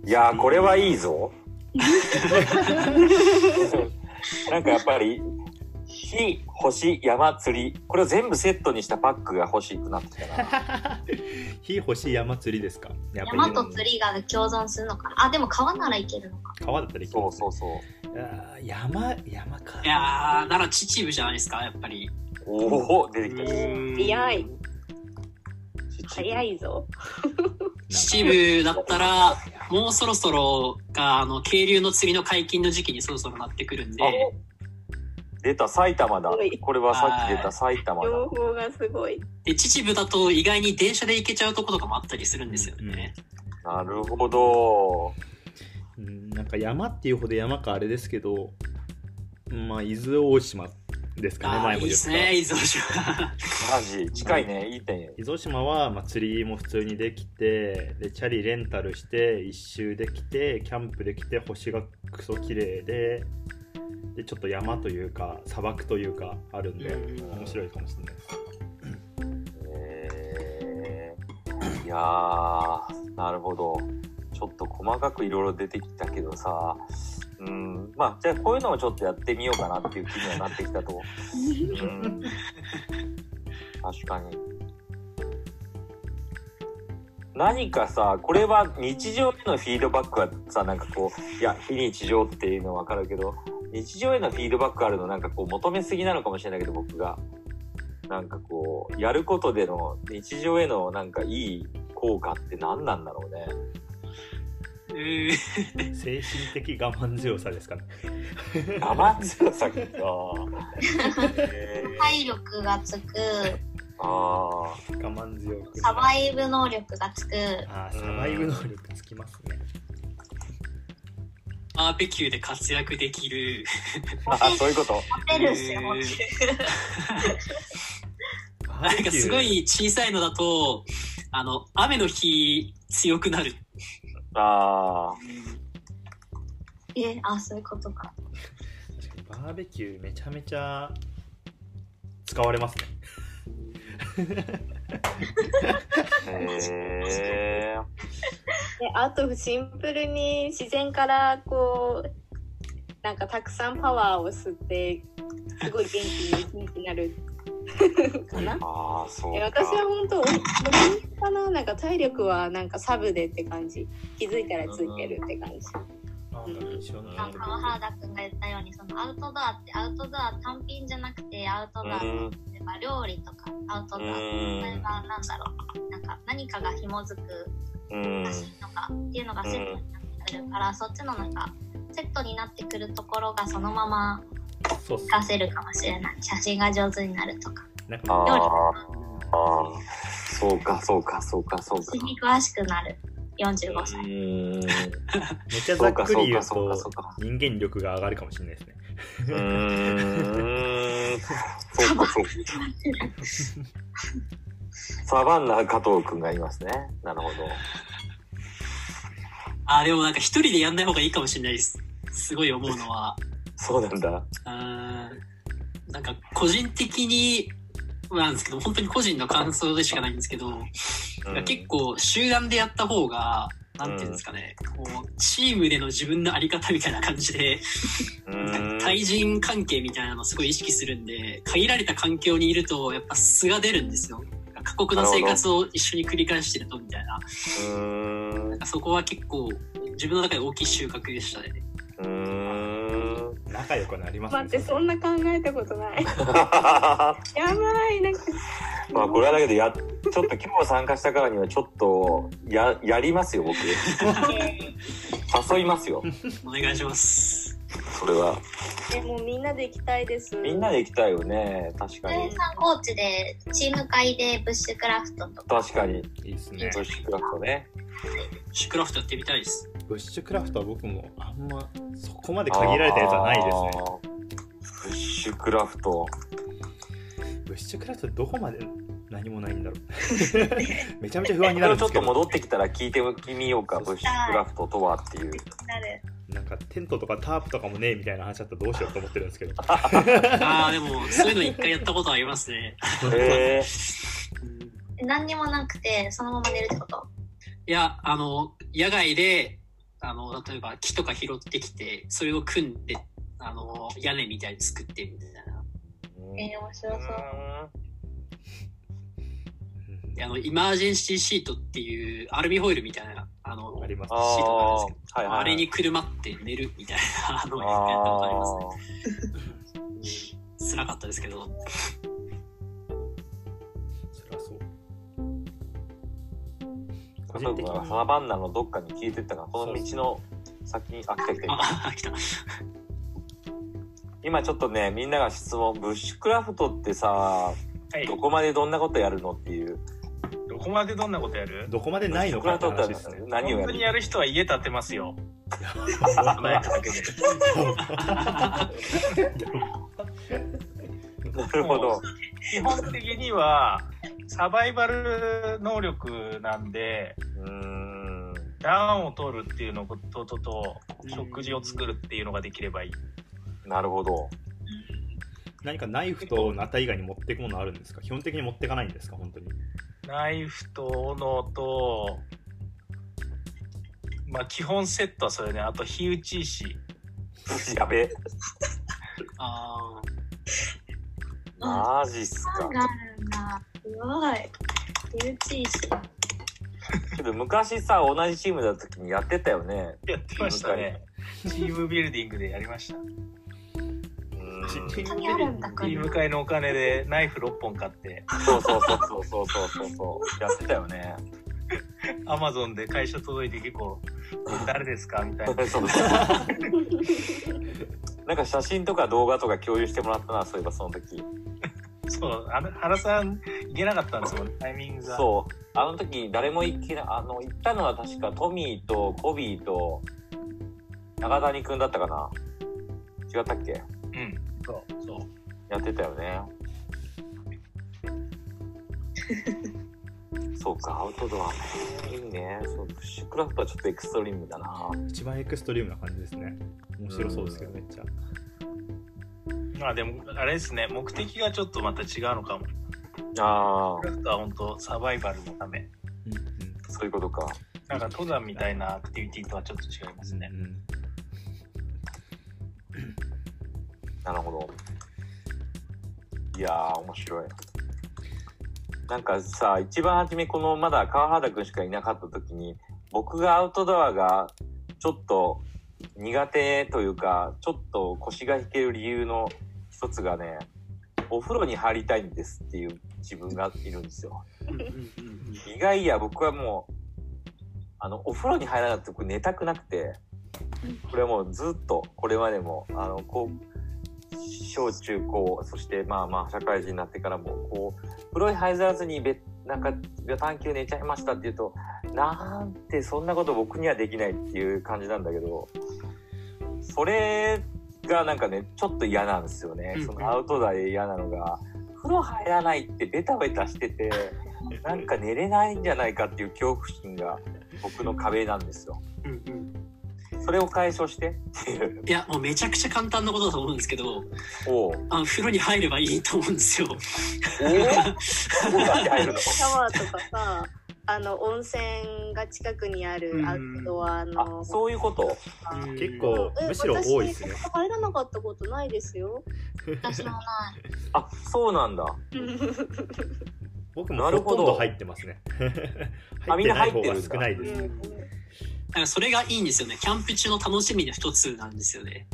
いやー、これはいいぞ。なんかやっぱり、火、星、山、釣り、これを全部セットにしたパックが欲しくなってきたな。
火欲しい山釣りですかやっぱ
山
り
と釣りが共存するのかな。あ、でも川ならいけるのか。
川だったり
そうそうそう。
あー山山か
いやー、なら秩父じゃないですか、やっぱり。
おお出てきた。
早い
い
早いぞ
秩父だったら、もうそろそろが、あの、渓流の釣りの解禁の時期にそろそろなってくるんで、
出た埼玉だ
すごい。
これはさっき出た埼玉だ。
情報がすごい
で、秩父だと意外に電車で行けちゃうとことかもあったりするんですよね。
なるほど。
うんなんか山っていうほど山かあれですけどまあ伊豆大島ですかね
ああ、
前
い
も言
いで
っ
す
た
ね、伊豆大島。
マジ近いね。いい点。
伊豆大島は、まあ、釣りも普通にできてでチャリレンタルして一周できてキャンプできて星がクソ綺麗ででちょっと山というか砂漠というかあるんで
うん
面白いかもしれないです
えーいやー、なるほど。ちょっと細かくいろいろ出てきたけどさ、うん、まあ、じゃあこういうのもちょっとやってみようかなっていう気にはなってきたと。うん、確かに。何かさ、これは日常へのフィードバックはさ、なんかこう、いや、非日常っていうのはわかるけど、日常へのフィードバックあるのなんかこう求めすぎなのかもしれないけど、僕が。なんかこう、やることでの日常へのなんかいい効果って何なんだろうね。
うー
精神的我慢強さですかね
我慢強さか。えー
体力がつく、
あ
我慢強く
サバイブ能力がつく、
あーサバイブ能力つきますね
バーベキューで活躍できる。
ーあ、そういうこと。
持てるっすよ、持てる。
な
なんかすごい小さいのだと、あの、雨の日強くなる。
あ
え、あ、そういうことか。
確かにバーベキューめちゃめちゃ使われますね
あ。へえー。
であとシンプルに自然からこうなんかたくさんパワーを吸ってすごい元気に元気に なるかな
ああ、そう
え
か。
私は本当おかななんか体力はなんかサブでって感じ気づいたらついてるって感じ
あー一緒の
なんか、原田くんが言ったように、そのアウトドアって、アウトドア単品じゃなくて、アウトドアって
うん
例えば料理とか、アウトドア、
うん
例えばなんだろう、なんか何かが紐づく
うん
ら。しいのかっていうのがセットになってくるから、そっちのなんか、セットになってくるところがそのまま
そうっす
活かせるかもしれない。写真が上手になるとか。
なんか
ああ。ああ。そうか、そうか、そうか、そうか
釣。りに詳しくなる。45
う
歳。
ーん。
めっちゃざっくり言う
そうかそ
と
うかそうか
人間力が上がるかもしれないですね。
うーん。そうか、そうか。サバンナ加藤くんがいますね。なるほど。
あ、でもなんか一人でやんない方がいいかもしれないです。すごい思うのは。
そうなんだ。
うーんなんか個人的になんですけど、本当に個人の感想でしかないんですけど、
うん
結構集団でやった方が、なんていうんですかね、こう、チームでの自分のあり方みたいな感じで、
うん
対人関係みたいなのすごい意識するんで、限られた環境にいると、やっぱ素が出るんですよ。過酷な生活を一緒に繰り返してるとみたいな。
うん
なんかそこは結構、自分の中で大きい収穫でしたね。
うん
仲良くなりますね
待って、そんな考えたこと ない。やばい、なんか。
まあこれはだけどやちょっと今日参加したからにはちょっとややりますよ僕誘いますよ
お願いします。
それは
え、もうみんなで行きたいです。
みんなで行きたいよね確か
大
に
変さんコーチでチーム会でブッシュクラフトと
確かに
いいですね
女子クラフトね
シュクラフトやってみたい です。
ブッシュクラフトは僕もあんまそこまで限られたやつはないです
す
ね
ねブッシュクラフト
ブッシュクラフトどこまで何もないんだろう めちゃめちゃ不安にな
これちょっ
るんですけ
と
ど
戻ってきたら聞いてみようかブッシュクラフトとはっていう
なる。
なんかテントとかタープとかもねえみたいな話だったらどうしようと思ってるんです けど
ああ、でも、そういうの一回やったことありますね。
へえ
うん
何にもなくて、そのまま寝るってこと
いや、あの、野外で、あの、例えば木とか拾ってきて、それを組んで、あの、屋根みたいに作ってみたいな。
えー、面白そう。
うん
であの、イマージェンシーシートっていうアルミホイルみたいな、あの、
あります
あ
シートがあるんです
あは
けど
いはい
あれにくるまって寝るみたいなあの
あ
やったことありますね。
ー
辛かったですけど。
辛そう
例
個人
え
的
ば
に
サバンナのどっかに消えてったからこの道の先にあ来た来た来た
あ、来た。
今ちょっとねみんなが質問ブッシュクラフトってさ
はい
どこまでどんなことやるのっていう
どこまでどんなことやる
どこまでないの
ブッ
か
シュク
って
ラフトって
話ですね
何を
本
や
当
る
にやる人は家建てますよ。
やばい
だけで
なるほど
基本的にはサバイバル能力なんで
うーん
暖を取るっていうのこととと食事を作るっていうのができればいい
なるほど
何かナイフとナタ以外に持っていくものあるんですか基本的に持っていかないんですか本当に
ナイフと斧とまあ基本セットはそれねあと火打ち石
やべえ
あ
マジっす
そう
か
なるんだ。すごい。手打ちいいし。
けど昔さ同じチームだった時にやってたよね
やってましたねチームビルディングでやりました
うーん
チ
本当にあるんだか
チーム会のお金でナイフ6本買って
そうそうそうそうそうそうそうやってたよね
アマゾンで会社届いて結構「誰ですか?」みたい な
そう なんか写真とか動画とか共有してもらったなそういえばその時
そうあの原さん行けなかったんですもんねタイミングが
そうあの時誰も行けなあの行ったのは確かトミーとコビーと中谷くんだったかな違ったっけ
うんそうそう
やってたよねそうかアウトドアねいいねそうブッシュクラフトはちょっとエクストリームだな
一番エクストリームな感じですね面白そうですけどめっちゃ
まあでもあれですね目的がちょっとまた違うのかも
あ
クラフトは本当サバイバルのため
うんうん
ーそういうことか
なんか登山みたいなアクティビティとはちょっと違いますね
うん
なるほど。いやー、面白い。なんかさ、一番初めこのまだ川原君しかいなかった時に、僕がアウトドアがちょっと苦手というか、ちょっと腰が引ける理由の一つがね、お風呂に入りたいんですっていう自分がいるんですよ。
ーうんうんうん
意外や僕はもうあのお風呂に入らなくて僕寝たくなくてこれはもうずっとこれまでもあのこう小中高そしてまあまあ社会人になってからもこう風呂に入らずにべなんか夜探球寝ちゃいましたっていうとなんてそんなこと僕にはできないっていう感じなんだけどそれがなんかねちょっと嫌なんですよね、
うんうん
そのアウトドアで嫌なのが風呂入らないってベタベタして て。なんか寝れないんじゃないかっていう恐怖心が僕の壁なんですよ。
うんうんうん
それを解消してっていう。
いや、もうめちゃくちゃ簡単なことだと思うんですけど、
おう
あの風呂に入ればいいと思うんですよ。
おぉおうだって入るの。
シャワーとかさ、あの温泉が近くにあるアウトドアの。
あ、そういうこと。
結構
え
むしろ多いですね
私入らなかったことないですよ。
私もない。
あ、そうなんだ。
僕も
な
ほ
るほ
と
ど
んど入ってますね
あ
入っ
みん
て
な
な
入
い
って
方
るん
が
だ
少ないです、
うん
だからそれがいいんですよね。キャンプ中の楽しみの一つなんですよね。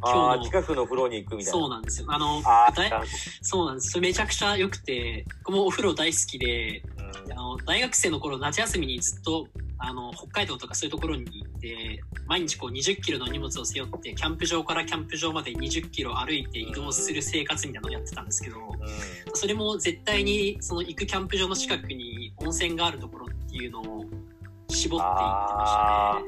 ああ、
今日の。
近くの風呂に行くみたいな。
そうなんですよ。あの、
あ
だい
あ、
そうなんです。それめちゃくちゃ良くて、僕もお風呂大好きで、
うん
あの大学生の頃夏休みにずっとあの北海道とかそういうところに行って毎日こう20キロの荷物を背負ってキャンプ場からキャンプ場まで20キロ歩いて移動する生活みたいなのをやってたんですけど
う
それも絶対にその行くキャンプ場の近くに温泉があるところっていうのを絞
ん、
って行ってま
ああ。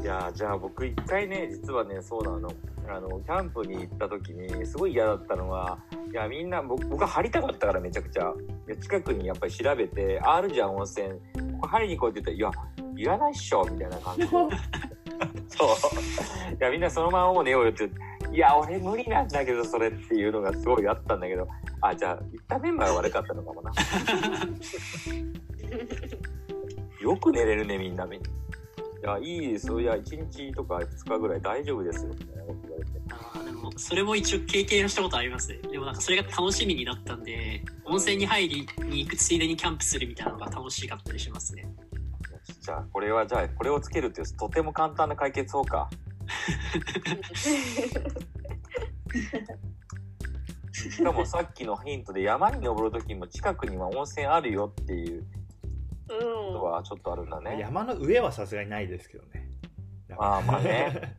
いや、じゃあ僕一回ね、実はね、そうなの。あの、キャンプに行った時に、すごい嫌だったのは、いや、みんな、僕僕は張りたかったからめちゃくちゃ。いや近くにやっぱり調べて、あるじゃん、温泉。ここ張りに行こうって言ったら、いや、いらないっしょ、みたいな感 じで。そう。いや、みんなそのままもう寝ようよって。いや、俺無理なんだけど、それっていうのがすごいあったんだけど、あ、じゃあ、行ったメンバーが悪かったのかもな。よく寝れるね、みんな。いや、いいですよ。いや、1日とか2日ぐらい大丈夫ですよ、みたいなこと言われて。
したねあーでもそれも一応経験したことありますねでもなんかそれが楽しみになったんで温泉に入りに行くついでにキャンプするみたいなのが楽しかったりしますね
じゃあ、これは、じゃあ、これをつけるっていう、とても簡単な解決法か。しかもさっきのヒントで、山に登るときも近くには温泉あるよっていうことはちょっとあるんだね。
山の上はさすがにないですけどね
ああ、まあね。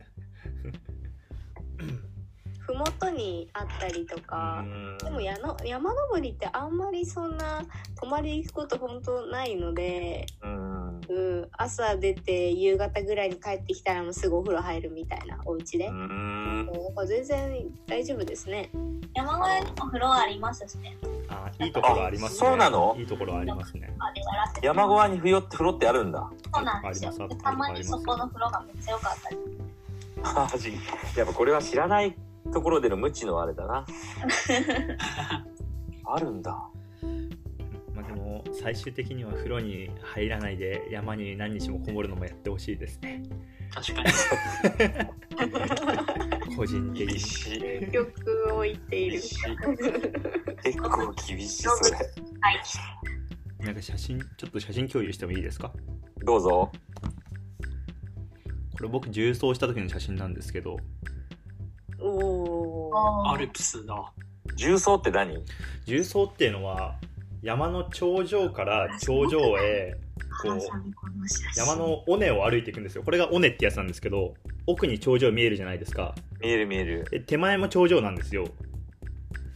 ふもとにあったりとか。
うん
でもやの山登りってあんまりそんな泊まり行くこと本当ないので、
うん。
うん、朝出て夕方ぐらいに帰ってきたらもうすぐお風呂入るみたいなお家で、
うん。
うん、全然大丈夫ですね
山小屋にも風呂ありますしね。
あーいいところありますね
あそうなの
いいところありますね
まあでやらせて
山小屋に風呂って風呂ってあるんだ。
そうなんです
あ
よ
りますあり。ます
たまにそこの風呂がめっちゃ良かったり。
マジ。やっぱこれは知らないところでの無知のあれだ な。あるんだ。
まあでも最終的には風呂に入らないで山に何日もこもるのもやってほしいですね
確かに
個人的
厳
に
しい。
よく置いてい
厳
る
しい。結構厳しいそれ。
なんか写真ちょっと写真共有してもいいですか
どうぞ。
これ僕重装した時の写真なんですけど
お お
あ
アルプスだ
重曹って何？
重曹っていうのは山の頂上から頂上へこう山の尾根を歩いていくんですよこれが尾根ってやつなんですけど奥に頂上見えるじゃないですか
見える見える。
で手前も頂上なんですよ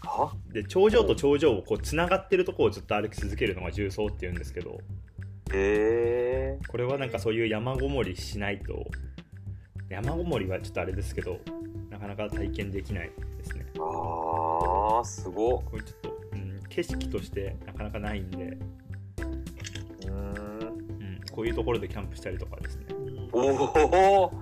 は？
で頂上と頂上をこうつながってるとこをずっと歩き続けるのが重曹っていうんですけど
へえ。
これはなんかそういう山ごもりしないと山ごもりはちょっとあれですけどなかなか体験できないですね
ああすごっ。
これちょっと、うん、景色としてなかなかないんで、
うーん。
うん、こういうところでキャンプしたりとかですね
おお。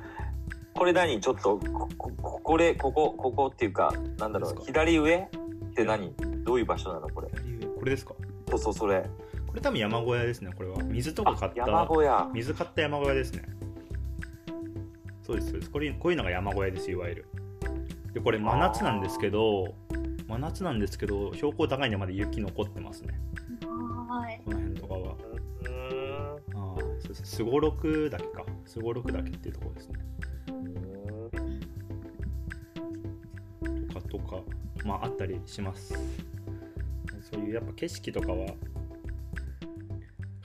これ何？ちょっとここここれここここっていうかなんだろ
です
う
か
左上って何？どういう場所なのこれ？
左上これですか
そうそうそれ。
これ多分山小屋ですねこれは水とか買
あ
っ
山
た
小屋。
水買った山小屋ですねそうですそうですこれこういうのが山小屋ですいわゆるでこれ真夏なんですけど真夏なんですけど標高高いんでまだ雪残ってますね
はい。
この辺とかは
うーん。
ああそうですすごろくだけかすごろくだけっていうところですねとかとかまああったりしますそういうやっぱ景色とかは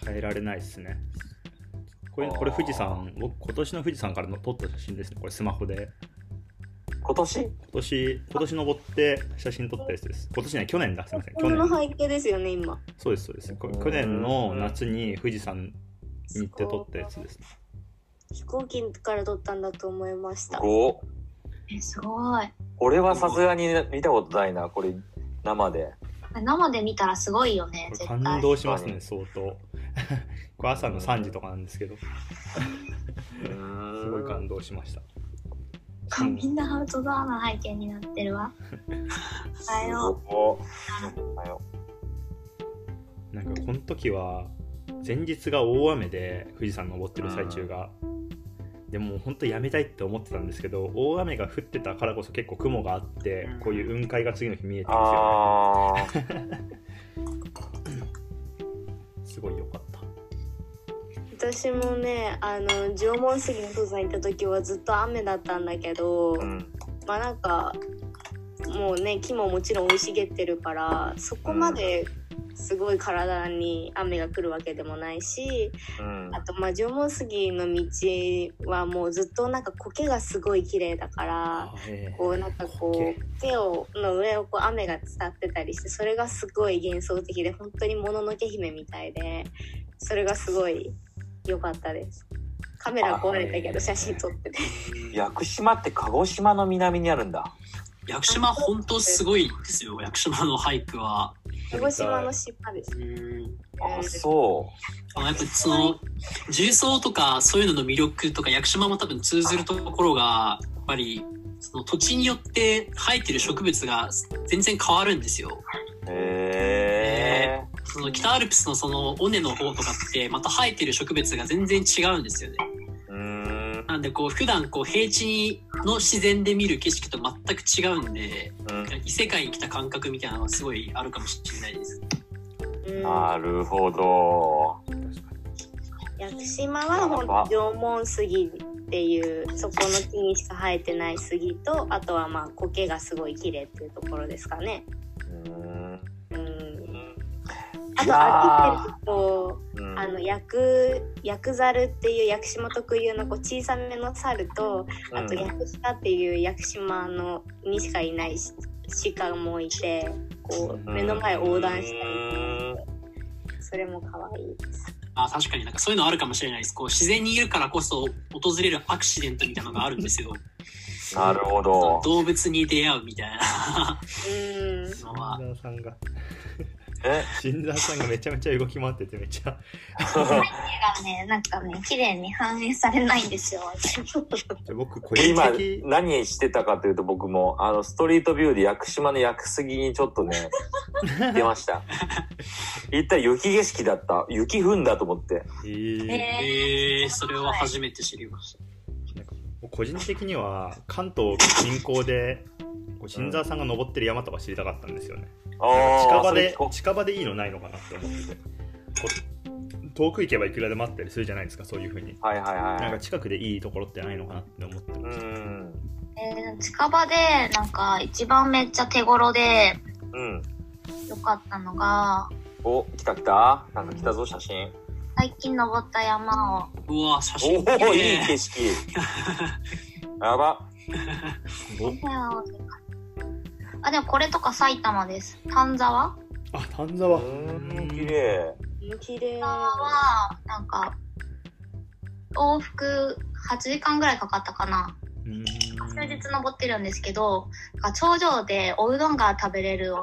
変えられないですねこれこれ富士山僕今年の富士山からの撮った写真ですねこれスマホで
今年？
今年今年登って写真撮ったやつです今年ね去年だすいません去
この
年
背景ですよね今
そうですそうですこ去年の夏に富士山に行って撮ったやつですね
飛行機から撮ったんだと思いました
ごっ。
え、すごい。
これはさすがに見たことないなこれ生で。
生で見たらすごいよね
こ、れ
絶
感
対。
動しますね相 当これ朝の3時とかなんですけど
す
すごい感感動しました。
あみんなアウトドアな背景になってる わ。おはよう。
おおはよ
なんかこの時は前日が大雨で富士山登ってる最中が、でも本当やめたいって思ってたんですけど大雨が降ってたからこそ結構雲があって
うん
こういう雲海が次の日見えたんですよ、
ああ
すごい良かった
私もねあの縄文杉の登山行った時はずっと雨だったんだけど、
うん
まあなんかもうね木ももちろん生い茂ってるからそこまですごい体に雨が来るわけでもないし
うん
あとまあ縄文杉の道はもうずっとなんか苔がすごい綺麗だから。
え
こうなんかこう手をの上をこう雨が伝ってたりしてそれがすごい幻想的で本当にもののけ姫みたいでそれがすごい良かったですカメラ壊れたけど写真撮ってて
屋久島って鹿児島の南にあるんだ
屋久島本当すごいですよ屋久島の俳句は
鹿児島の島です
うん
あそ
あやっぱその重曹とかそういうのの魅力とか屋久島も多分通ずるところがやっぱりその土地によって生えてる植物が全然変わるんですよ。
うへえ
その北アルプスのその尾根の方とかってまた生えてる植物が全然違うんですよね。
うーん
なんでこう普段こう平地の自然で見る景色と全く違うんで
うん
異世界に来た感覚みたいなのがすごいあるかもしれないです。
うん
なるほど
屋久島は本当縄文杉っていうそこの木にしか生えてない杉とあとはまあ苔がすごい綺麗っていうところですかね。
うーん
うん、
いや
あと秋ってる
う
と
ん
あの薬薬猿っていう屋久島特有のこう小さめの猿とあと薬鹿っていう屋久島のにしかいないし鹿もいてこう目の前横断したりそれも可愛いです。
あー確かになんかそういうのあるかもしれないです。こう自然にいるからこそ訪れるアクシデントみたいなのがあるんですよ。
なるほど
動物に出会うみたいな
うん
の は。
新田さんが
え
新田さんがめちゃめちゃ動き回っててめちゃ
絵がね、なんかね、綺麗に反映されないんですよ。
じゃあ僕個人
今
的
何してたかというと僕もあのストリートビューで屋久島の屋久杉にちょっと ね出ました行ったら雪景色だった雪踏んだと思って
えー
えー、それは初めて知りました。
個人的には関東近郊でこう新沢さんが登ってる山とか知りたかったんですよね
あ
近
あ
場で近場でいいのないのかなって思っててこう遠く行けばいくらでもあったりするじゃないですかそういうふうに
はいはいはい
なんか近くでいいところってないのかなって思って
う
ました、
ん
えー近場で、なんか一番めっちゃ手頃で
うん
良かったのが、
お来た来たなんか来たぞ写真
最近登った山を、
うわ、写
お
真綺
おいい
麗。
景色 やば
お
あ、でもこれとか埼玉です。丹沢
あ丹
う
沢
ーん綺麗
綺麗
丹沢は、なんか、往復8時間ぐらいかかったかな。
うーん
数日登ってるんですけど、なんか頂上でおうどんが食べれる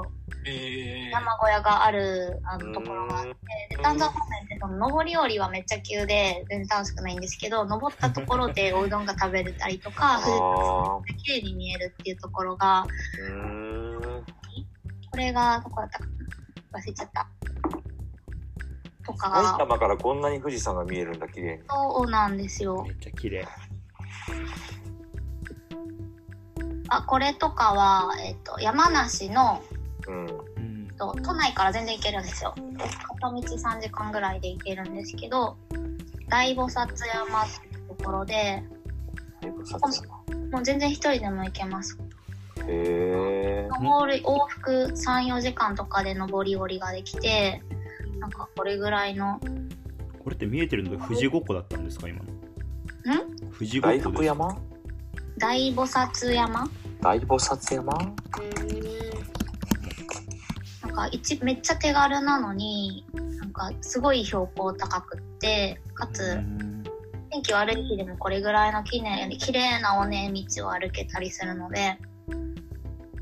えー、
山小屋があるあのところがあって、
う
で
ん
丹沢方面ってその登り降りはめっちゃ急で全然楽しくないんですけど、登ったところでおうどんが食べれたりとか、富士山
あ
が綺麗に見えるっていうところが、
ーうーん
これがどこだったかな忘れちゃった。と
埼
か、
玉からこんなに富士山が見えるんだ綺麗に
そうなんですよ。
めっちゃ綺麗
あこれとかは、えっと山梨の、
うん
うん
えっと都内から全然行けるんですよ片道3時間ぐらいで行けるんですけど大菩薩山ってところで
え撮影した
もう全然一人でも行けます
へえ
登る往復34時間とかで登り降りができてなんかこれぐらいの
これって見えてるのが富士五湖だったんですか今の富士五湖
大
です
福山
大菩薩山
大菩薩山
なんか一めっちゃ手軽なのになんかすごい標高高くってかつ、
うん
天気悪い日でもこれぐらいの綺麗綺麗な尾根道を歩けたりするので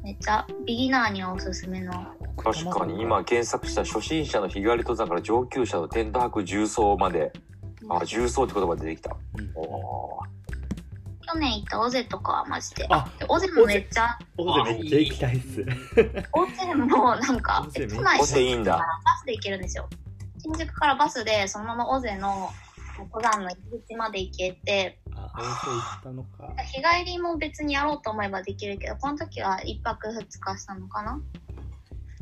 めっちゃビギナーにはおすすめの
確かに今検索した初心者の日帰り登山から上級者のテント泊重曹まであ重曹って言葉出てきた
うん
おー
去年行った尾瀬とかはマジで。
あ
で尾瀬もめっちゃ、
大勢めっちゃ行きたいっす。
尾瀬もなんか、
尾瀬め
え
っちゃ
都内
押していいんだ。
バスで行けるんですよ。新宿からバスで、そのまま尾瀬の登山の入り口まで行けて、
あ、大勢行ったのか。
日帰りも別にやろうと思えばできるけど、この時は一泊二日したのかな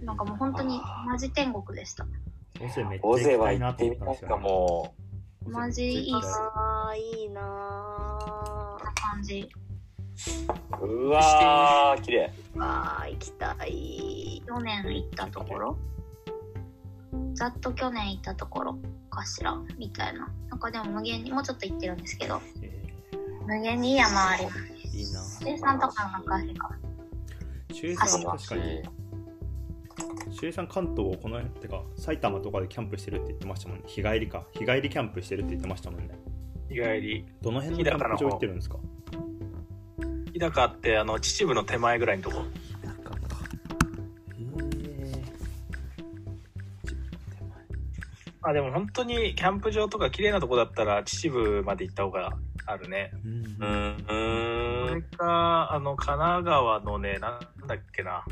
なんかもう本当にマジ天国でした。
大勢めっちゃ
大
行
勢
きた
はい行
な
っ
と
て
思っ
みな
たんで
ん
すよ、
かも
マジいいっす
ああいい
こ
な
んな感じ。
う。うわー、綺麗。
ーわー行きたい
去年行ったところざっと去年行ったところかしらみたいな。なんかでも無限に、もうちょっと行ってるんですけど、
え
無限にいい山あります。
ーいいな。
生産とかの昔か。
中
あ
3
そ
確かに。周平さん関東をこの辺ってか埼玉とかでキャンプしてるって言ってましたもんね日帰りか日帰りキャンプしてるって言ってましたもんね
日帰り
どの辺のキャンプ場行ってるんですか
日高ってあの秩父の手前ぐらいのとこ
なかったへ
まあでも本当にキャンプ場とか綺麗なとこだったら秩父まで行った方があるね
えうん
うーん。
そうれかあの神奈川のねなんだっけな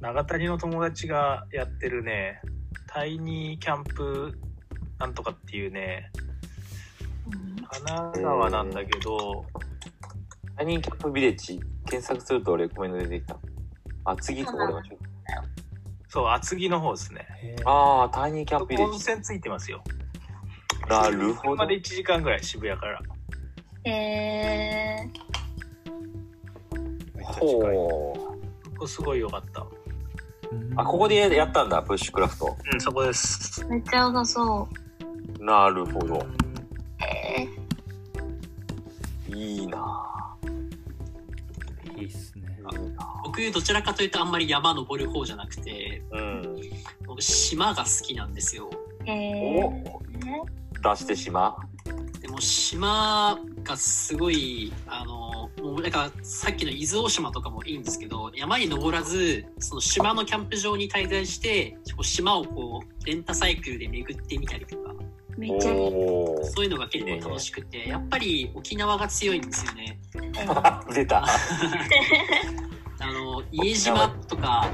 長谷の友達がやってるねタイニーキャンプなんとかっていうね神奈川なんだけど、
タイニーキャンプビレッジ検索するとレコメンド出てきた。あ、次か、俺が。
そう厚木の方ですね
へえ
あー、タイニーキャンプビレッ
温
ジ。
泉ついてますよ
なるほ
車
ど
で。1時間ぐらい渋谷から
えー、
めっちゃ近い
ほう。
ここすごい良かった
うん
あ、ここでやったんだ、ブッシュクラフト。
うんそこです
めっちゃうまそ
なるほど。
う。え
いいない
いっすね
ぁ。いいな
僕どちらかというとあんまり山登る方じゃなくて
ぁうん。
島が好きなんですよ
ー、え
お
ー、
出してしま
でも島がすごいあのもうなんかさっきの伊豆大島とかもいいんですけど山に登らずその島のキャンプ場に滞在してこう島をこうレンタサイクルで巡ってみたりとか
う。
めっちゃいい。
おー。
そういうのが結構楽しくてやっぱり沖縄が強いんですよね。
出た。
あの家島とか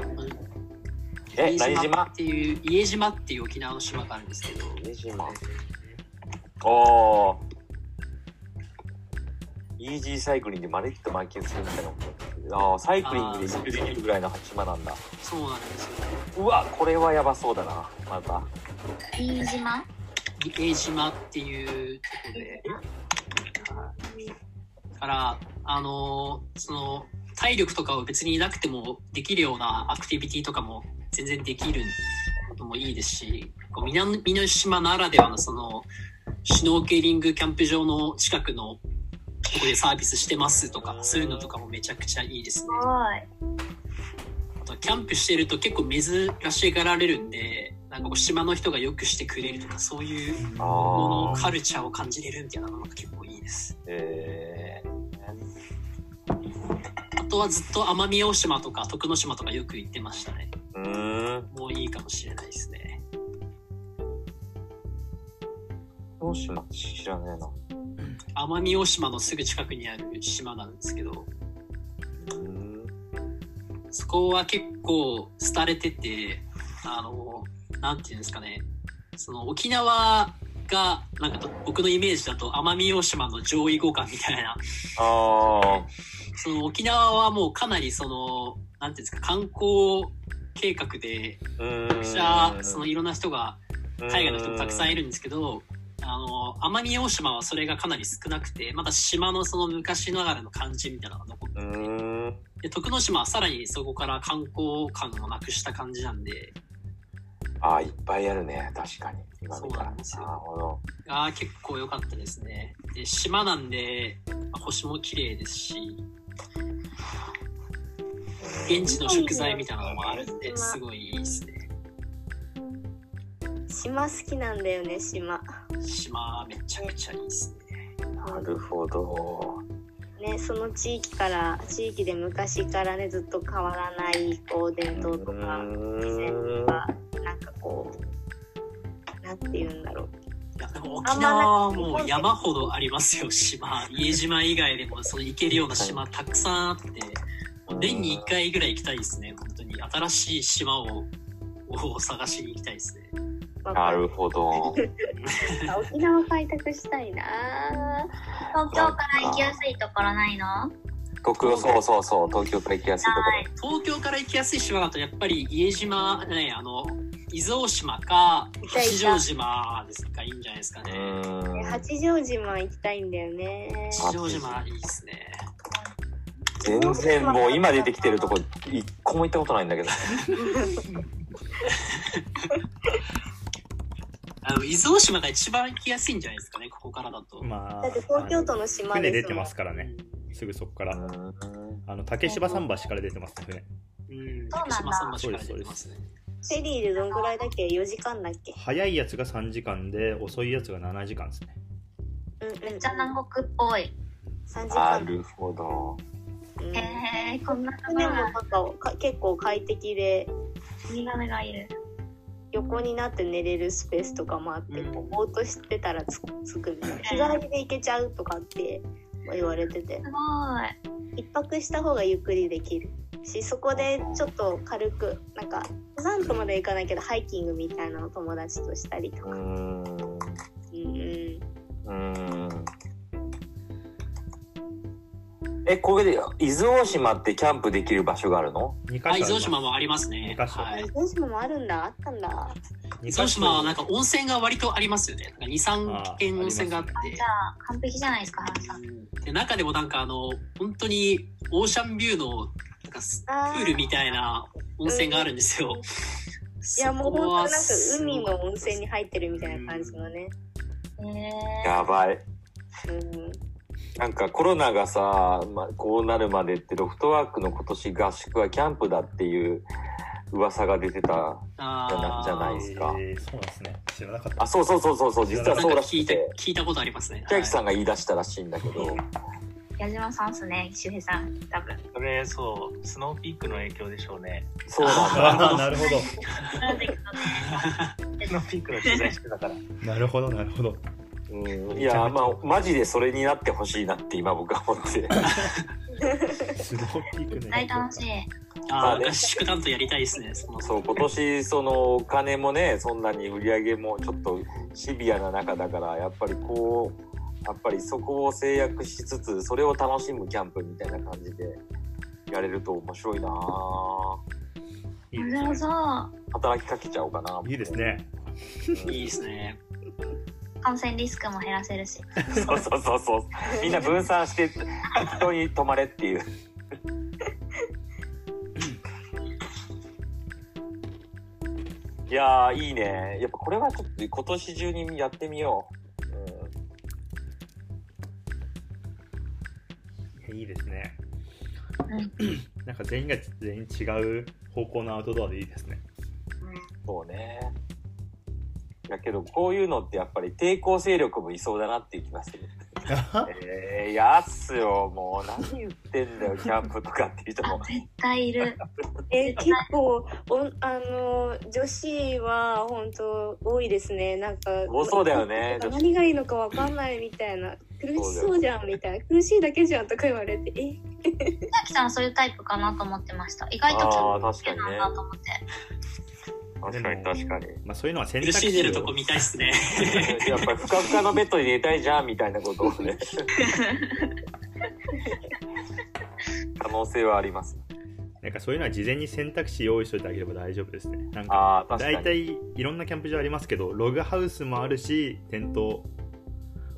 え、
家
何
島
島
っていう家島っていう沖縄の島があるんですけど
何島おー。イージーサイクリングでまるっと満喫するみたいなこと。ああー、サイクリングで一周できるぐらいの島なんだ。
そうなんですよ
うわ、これはやばそうだな。また。
飯島
家島っていうとこでだからあのその体力とかを別になくてもできるようなアクティビティとかも全然できるのもいいですしこう南南島ならではのそのシュノーケリングキャンプ場の近くのここでサービスしてますとかそういうのとかもめちゃくちゃいいですね
すごい。
あとキャンプしてると結構珍しがられるんでなんかこう島の人がよくしてくれるとかそういう
あ
もの
あ。
カルチャーを感じれるみたいなのが結構いいです。
え
あとはずっと奄美大島とか徳之島とかよく行ってましたね。
ー。うーん。
もういいかもしれないですね。
どうしま知らねえな。
奄美大島のすぐ近くにある島なんですけど、
うーん。
そこは結構廃れてて、あの、なんていうんですかね、その沖縄が、なんかと僕のイメージだと奄美大島の上位互換みたいな
あ
その沖縄はもうかなりその、なんていうんですか、観光計画で、
あ。うーん。
めちゃくちゃ、そのいろんな人が、海外の人もたくさんい
る。
るんですけど、あの、奄美大島はそれがかなり少なくて、まだ島のその昔ながらの感じみたいなのが残っ
う
てて、
ーん。
で、徳之島はさらにそこから観光感をなくした感じなんで、
ああ、いっぱいあるね。確かに。今見た
そう
ら
なんですよ
なるほど。
が結構良かったですね。で、島なんで、まあ星も綺麗ですし、現地の食材みたいなのもあるんで、すごいいいですね。
島好きなんだよね島
島めちゃくちゃいいですね。
なるほど。
ね、その地域から地域で昔からねずっと変わらないこう伝統とか
う
自然
ーん
とかなんかこうなんて言うんだろう
やでも沖縄はもう山ほどありますよ島家島以外でもその行けるような島たくさんあってもう年に1回ぐらい行きたいですね本当に新しい島をを探しに行きたいですね
なるほど。
沖縄開拓したいな
東京から行きやすいところないのは
東京、そうそうそう、東京から行きやすいとこ
い。
東京から行きやすい島だとやっぱり家島ねあの伊豆大島か
たいた
八丈島ですかいいんじゃないですかね
ろ。うーん。
八丈島行きたいんだよね
八丈島いいですね
全然もう今出てきてるとこ一個も行ったことないんだけど。
あの伊豆大島が一番行きやすいんじゃないですかねここからだと、
まあ、
だって東京都の島
船出
です
て
もん
ますからね。すぐそこから。
うん
あの竹芝桟橋から出てますね、船。
うん
そうなん
竹
だ
島さんも近い出てますね
フェリーでどんぐらいだっけ4時間だっけ
早いやつが3時間で、遅いやつが7時間ですね。
うんうん、
めっちゃ南国っぽい。
3時
な
間、
るほど。
うん、
へーこんなとこ
船
ろ
もなんかか結構快適で
ウミガメがいる。
横になって寝れるスペースとかもあって、
うん
こうぼーっとしてたらつつくみたいな日帰りで行けちゃうとかって言われてて
すごい。
一泊した方がゆっくりできるしそこでちょっと軽くなんか登山とまでは行かないけどハイキングみたいなのを友達としたりと
うん。
か、うんうん、
うん。え、これで、伊豆大島ってキャンプできる場所があるの
2カ
あ伊
所
豆大島
あ
もありますね
二カ所
はい
どうしももあるんだあったんだ
り
伊
ます
豆大島はなんか温泉が割とありますよねなんか23軒温泉があって
じゃあ、完璧じゃないですか、ハルさん。
で中でもなんかあの本当にオーシャンビューのなんかス
あー
プールみたいな温泉があるんですよ。
いやもう
そ
本
こ
当
は
なんか
すごい
海の温泉に入ってるみたいな感じのね、
へー
やばい。
うん、
なんかコロナがさ、ま、こうなるまでってロフトワークの今年合宿はキャンプだっていう噂が出てた。
あー
じゃないですか
えーそうなんですね。知らなかっ た。
あ、そうそうそうそうそう、実は
なん
そ
か
うら
聞
し
い
くて
て。聞いたことありますね。
北脇さ
はい
んが言い出したらしいんだけど。
矢島さんっすね、周平さん。多分。
それそうスノーピークの影響でしょうね
そうなんだ。
ああ、 なるほ
なんで行くとね。
スノーピークの取材してたから
ど。なるほど、なるほど。
うん、いや、まあ、マジでそれになってほしいなって今僕は思って。
スノーピークね。
大楽しい。
あ
あれ
ー合宿担当やりたいですね。その
そう、今年、その、お金もね、そんなに売り上げもちょっとシビアな中だから、やっぱりこう、やっぱりそこを制約しつつ、それを楽しむキャンプみたいな感じで、やれると面白いなぁ
いいで
なるほ
すね。
ど。
働きかけちゃおうかな。
いいですね。
うん。
いいですね。
感染リスクも減らせるし。
そうそうそうそう。みんな分散して、適当に泊まれっていう。いやー、いいね。やっぱこれはちょっと今年中にやってみよう。うん
いやいいですね
うん。
なんか全員が全員違う方向のアウトドアでいいです ね。
そうね。だけど、こういうのってやっぱり抵抗勢力もいそうだなっていう気がする。えー、やっすよ、もう何言ってんだ よ、キャンプとかっていう人
あ
も、。
絶対いる。
えー結構おあの女子は本当多いですねなんか
多そうだよ ね
なん
女
か何がいいのかわかんないみたいな苦しそうじゃんみたいな苦しいだけじゃんとか言われてえ
さきさんはそういうタイプかなと思ってました。意外と
あー
好
確
き
かに
な
ね
んだと思って。
確かに確かに。
まあそういうのは選択
苦し
肢
んでるとこ見たいですね。
やっぱりふかふかのベッドに寝たいじゃんみたいなことをね可能性はあります
なんかそういうのは事前に選択肢用意しといてあげれば大丈夫ですね。なんか
ああ確かに
大体いろんなキャンプ場ありますけど、ログハウスもあるし、テント、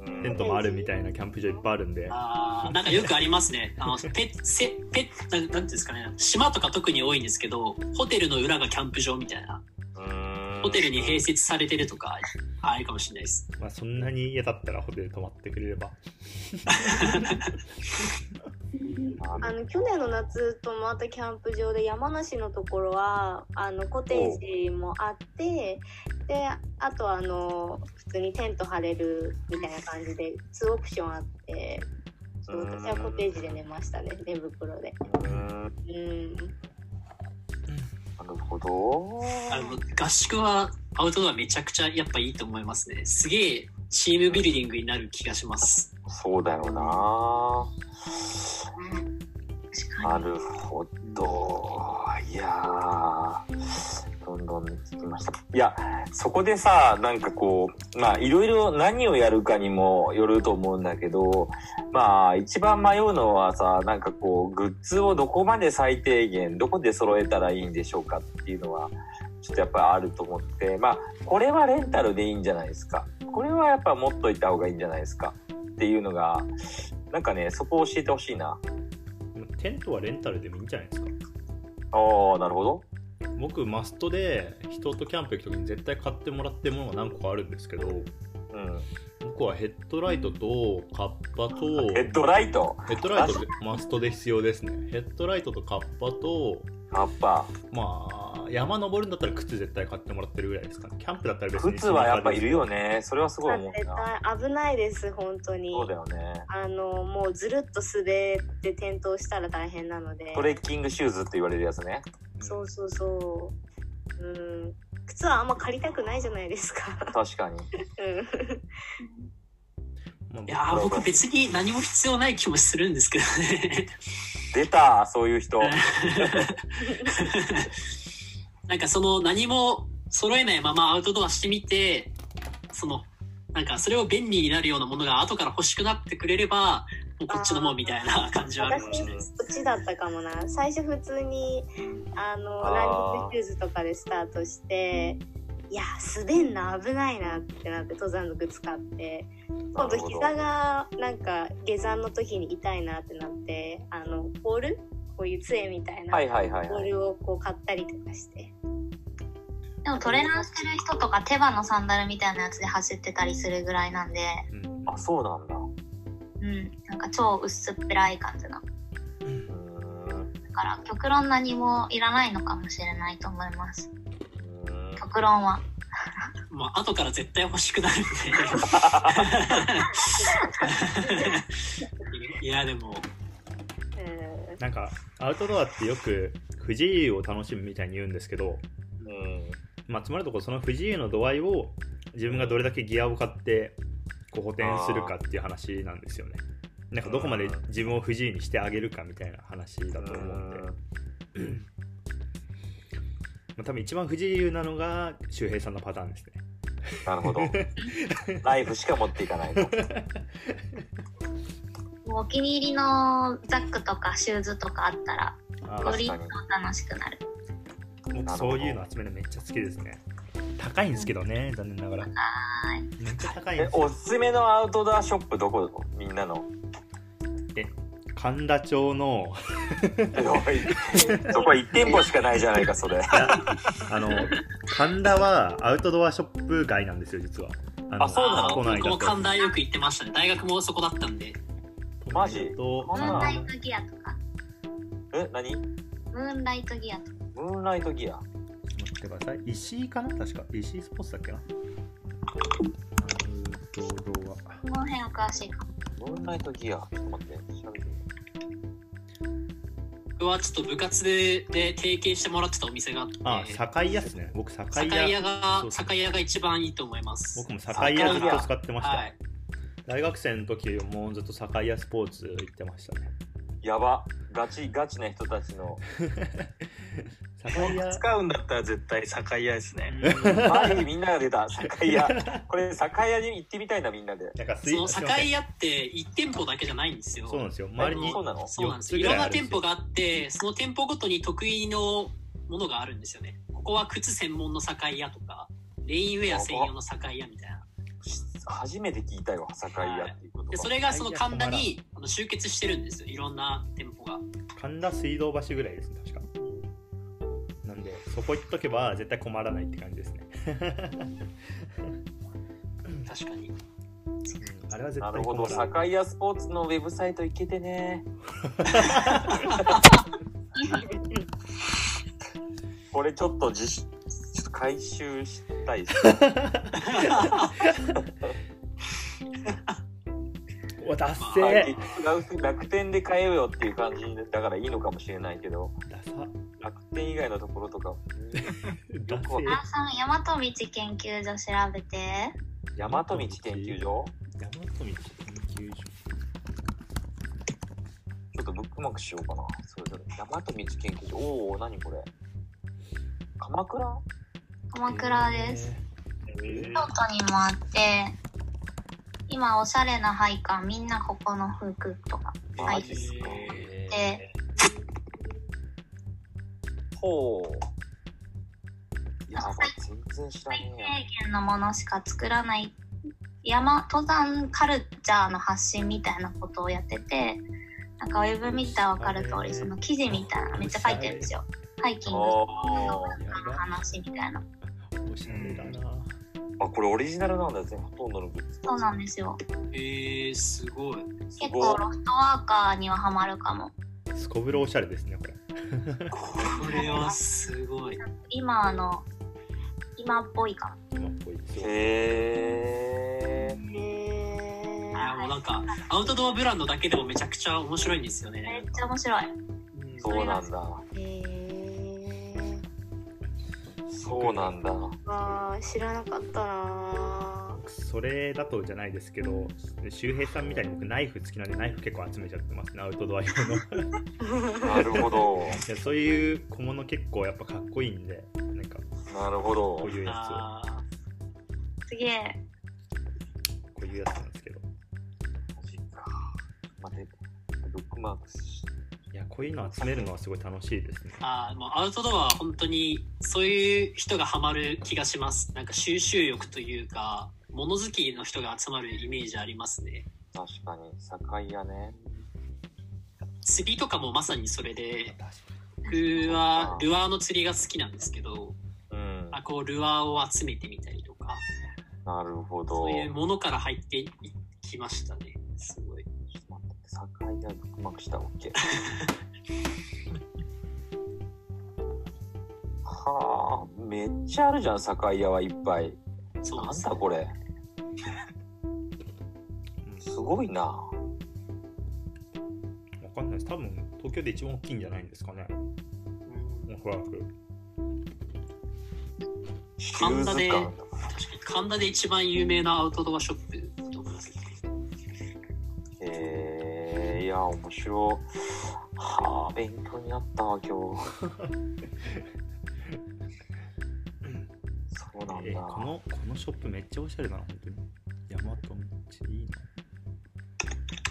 うん
テントもあるみたいなキャンプ場いっぱいあるんで。
あーなんかよくありますね。あのペせペなんなんていうんですかね。島とか特に多いんですけど、ホテルの裏がキャンプ場みたいな。
うん
ホテルに併設されてるとか、あるかもしれないです。
まあそんなに嫌だったらホテル泊まってくれれば。
あの去年の夏泊まったキャンプ場で山梨のところはあのコテージもあってであとはあの普通にテント張れるみたいな感じで2オプションあってそう
うん
私はコテージで寝ましたね寝袋で
うんなる
うん
ほど
あの合宿はアウトドアめちゃくちゃやっぱいいと思いますね。すげえチームビルディングになる気がします。
そうだよな
うん確
な
か
るほどいやーどんどん聞きましたいやそこでさなんかこうまあいろいろ何をやるかにもよると思うんだけどまあ一番迷うのはさなんかこうグッズをどこまで最低限どこで揃えたらいいんでしょうかっていうのはちょっとやっぱりあると思ってまあこれはレンタルでいいんじゃないですかこれはやっぱ持っといた方がいいんじゃないですかっていうのがなんかねそこを教えてほしいな
テントはレンタルでもいいんじゃないですか
ああなるほど
僕マストで人とキャンプ行く時に絶対買ってもらってるものが何個かあるんですけど
うん
僕はヘッドライトとカッパと
ヘッドライト
ヘッドライトでマストで必要ですねヘッドライトとカッパと
やっぱ
まあ山登るんだったら靴絶対買ってもらってるぐらいですかねキャンプだったら別に
靴はやっぱいるよねそれはすごい思う
絶
な
対危ないです本当に
そうだよね
あのもうずるっと滑って転倒したら大変なので
トレッキングシューズって言われるやつね
そうそうそううん靴はあんま借りたくないじゃないですか
確かに
うん
まあ
いやー、僕別に何も必要ない気もするんですけどね。
出たそういう人
なんかその何も揃えないままアウトドアしてみて、その、なんかそれを便利になるようなものが後から欲しくなってくれれば、もうこっちのもんみたいな感じはあるかもし
私
れないです。
こっちだったかもな最初普通にあの
あー
ランニングシューズとかでスタートしていや滑んな危ないなってなって登山の靴買って今度膝がなんか下山の時に痛いなってなってあのポールこういう杖みたいな
はいはいはい
ポ
は
ー
い
ルをこう買ったりとかして
にでもトレーナーしてる人とか手羽のサンダルみたいなやつで走ってたりするぐらいなんで
うん
あそうなんだ
うんなんか超薄っぺらい感じな
うーん
だから極論何もいらないのかもしれないと思います
うーん
極論は
まあ後から絶対欲しくなるんで。いや、でも、
うん
なんかアウトドアってよく不自由を楽しむみたいに言うんですけど、
うん
まあ、つまるところその不自由の度合いを自分がどれだけギアを買ってこう補填するかっていう話なんですよねなんかどこまで自分を不自由にしてあげるかみたいな話だと思うんで、まあ、多分一番不自由なのが周平さんのパターンですね
なるほどナイフしか持っていかないと
もうお気に入りのザックとかシューズとかあったら
あ
よ
ー
り
確かに
楽しくなる
僕そういうの集めるのめっちゃ好きですね高いんですけどね残念ながらめっちゃ高いんで
え
すよ
おすすめのアウトドアショップどこみんなの
神田町の
そこは1店舗しかないじゃないかそれ
あの神田はアウトドアショップ街なんですよ実はあの
あそうなの
あー
都内
僕
だ
も
と
神田よく行ってましたね。大学もそこだったんで。
マジ
と
あ
ムーンラ
ー
イトギアとか
え何ム
ムーンライトギアとか
ーンライトギア
待ってください石井かな確か石井スポーツだっけなアウトドア
この辺は詳しいかも
ムーンライトギアちょっと待って調べてみよ
僕はちょっと部活で提携してもらってたお店があって。
あ酒屋っすね僕酒
酒
屋
屋
そ
が
うそう
酒屋が一番いいと思います。
僕も酒屋ずっと使ってました、
はい。
大学生の時もずっと酒屋スポーツ行ってましたね
うやばガチガチな人たちの
酒屋
使うんだったら絶対酒屋ですね。
マジみんなが出た酒屋これ酒屋に行ってみたいなみんなで
なんかスイ
その
すいません
酒屋って一店舗だけじゃないんですよ。
そうなんですよ周りに
そうなの
そうなんです
四つ
よ。い
ぐら
ろ
い
ん
あ
な
るんですよ
店舗があって、その店舗ごとに得意のものがあるんですよね。ここは靴専門の酒屋とか、レインウェア専用の酒屋みたいな。
初めて聞いたよ酒屋っていうこ
で、
と
それがその神田にあの集結してるんですよ。いろんな店舗が。
神田水道橋ぐらいですね確かなんでそこ行っとけば絶対困らないって感じですね
確かに。
あれは絶
な
対
るほど
困らない
酒屋スポーツのウェブサイト行けてねこれちょっと自主ちょっと回収したいですね
お達
まあ
成
結局楽天で買えよっていう感じだからいいのかもしれないけど
ダサ
楽天以外のところとか
ダ
よくわ
セ
あーさん大和道研究所調べて
大和道研究所
大和道研究所
ちょっとブックマークしようかな。それぞれ。大和道研究所。おお、何これ。鎌倉
鎌倉です。
え
京都にもあって、今おしゃれな配下みんなここの服とか
マ
入
ジっ
っ
すか。
え
て、
ほう。やば、全然知ら
最
ねえ
低限のものしか作らない山登山カルチャーの発信みたいなことをやっててなんかウェブ見たら分かる通りその記事みたいなのめっちゃ書いてるんですよハイキン
や。
グ
おー
の話みたいな
おしゃれだな。
あ、これオリジナルなんだぜ。ほとんどのグッズ。
そうなんですよ
えー、すごい。
す
結
ご
構
い。
ロフトワーカーにはハマるかも
すこぶるおしゃれですね、これ。
これはすごい。
今の今っぽいかも
今っぽい。
へー。
へー
あもうなんか、アウトドアブランドだけでもめちゃくちゃ面白いんですよ
めっ
ね。
ちゃ面白い
うん
そうなんだ。
へー
そうなんだ。
わー知らなかったな
それだとじゃないですけど、周平さんみたいに僕ナイフ好きなんでナイフ結構集めちゃってますね、アウトドア用の。い
なるほど。
やそういう小物結構やっぱかっこいいんで、なんか
なるほ
こ
ど
う。いうや
あー
すげえ
つを、こういうやつなんですけど。
マジか。待って、ブックマークし。
いや、こういうの集めるのはすごい楽しいですね。
あーもうアウトドアは本当にそういう人がハマる気がしますなんか収集欲というか物好きの人が集まるイメージありますね
確かに、酒屋ね。
釣りとかもまさにそれで
確か
僕はルアーの釣りが好きなんですけど
うん。
あこうルアーを集めてみたりとか
なるほど。
そういうものから入っていきましたねすごい
ちょっと待って、酒屋ブックマークした。オ ッケー。はあ、めっちゃあるじゃん、酒屋はいっぱい。
そう
な
で
ん
す
だこれ。すごいな。
に。わかんないです。多分、東京で一番大きいんじゃないんですかね。おそらく。
シュ
神
ー
田
ズ
で
感とか。
確かに神田で一番有名なアウトドアショップだと思います
へえいや、面白い。はあ、勉強になったわ、今 日。そうなん
えーこ
だ。
の、このショップめっちゃおしゃれだな、本当に。大和道いいな。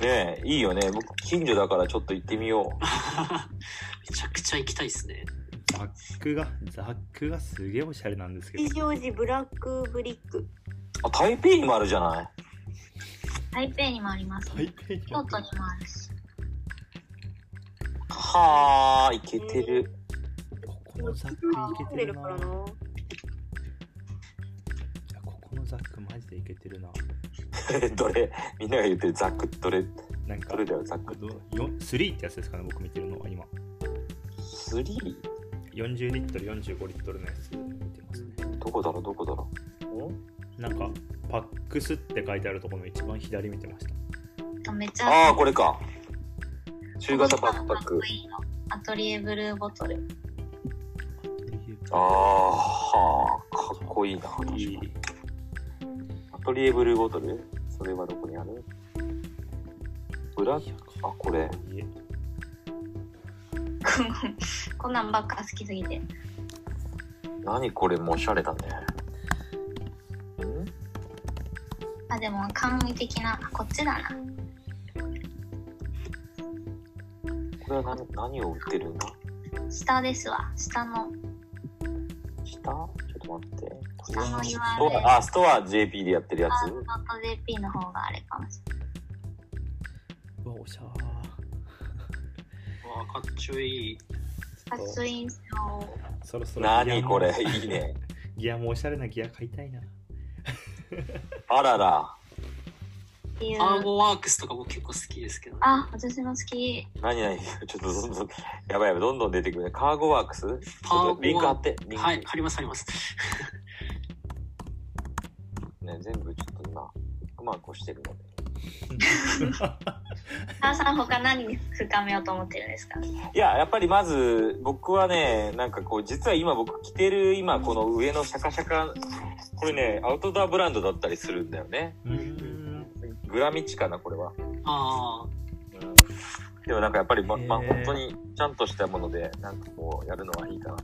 ねえ、いいよね。僕、近所だからちょっと行ってみよう。
めちゃくちゃ行きたいですね
ザックが、ザックがすげえおしゃれなんですけど
吉。祥寺ブラックブリック
あ、台北にもあるじゃない。
台北にもあります
台北に
京都にもあるし
はあ、行けてる。
ここのザックいけ
住ん
て
で
る
る
な
から
い
な
やここのザックマジでいけてるな
どれみんなが言ってるザックどれ
なんか
どれだよザック
どよ3ってやつですかね僕見てるのは今
スリー
40リットル45リットルのやつ見てますね
どこだろうどこだろう
なんかパックスって書いてあるところの一番左見てました
めっちゃ
ああこれか中型バックパック
アトリエブルーボトル
ああはあかっこいいな確か
いい
にアトリエブルーボトルそれはどこにあるブラックあこれ
いい
こんなんばっか好きすぎて。
何これもおしゃれだね
あ、でも、簡易的な、あこっちだな。
これは何何を売ってるんだ
下ですわ。下の、
下ちょっと待って
下の URL
ストアあストア JP でやってるや
ア
つ
ウト JP の方があれかもし
うわおしゃー
わあかっちょいい
れない。かっこいいんすよ。
そろそろ
何これ
ギアも
いいね
ギアもおしゃれなギア買いた いな
あらら
ってい
アー
う。
ゴワークスとかも結構好きですけど、ね、
あ、私も好き。
何 々ちょっとどんどん、やばいやばい、どんどん出てくるね。カーゴワークス
カーゴワークス
リンク貼って、リンク、
はい貼ります貼ります
ね、全部ちょっと今、ブックマークをしてるので。
母さん、他何に深めようと思ってるんですか
いや、やっぱりまず、僕はね、なんかこう、実は今僕着てる、今この上のシャカシャカこれね、アウトドアブランドだったりするんだよね。
うん
グラミチかな、これは。
ああ、
うんでもなんかやっぱりま、まあ、
へー
本当にちゃんとしたもので、なんかこう、やるのはいいかな。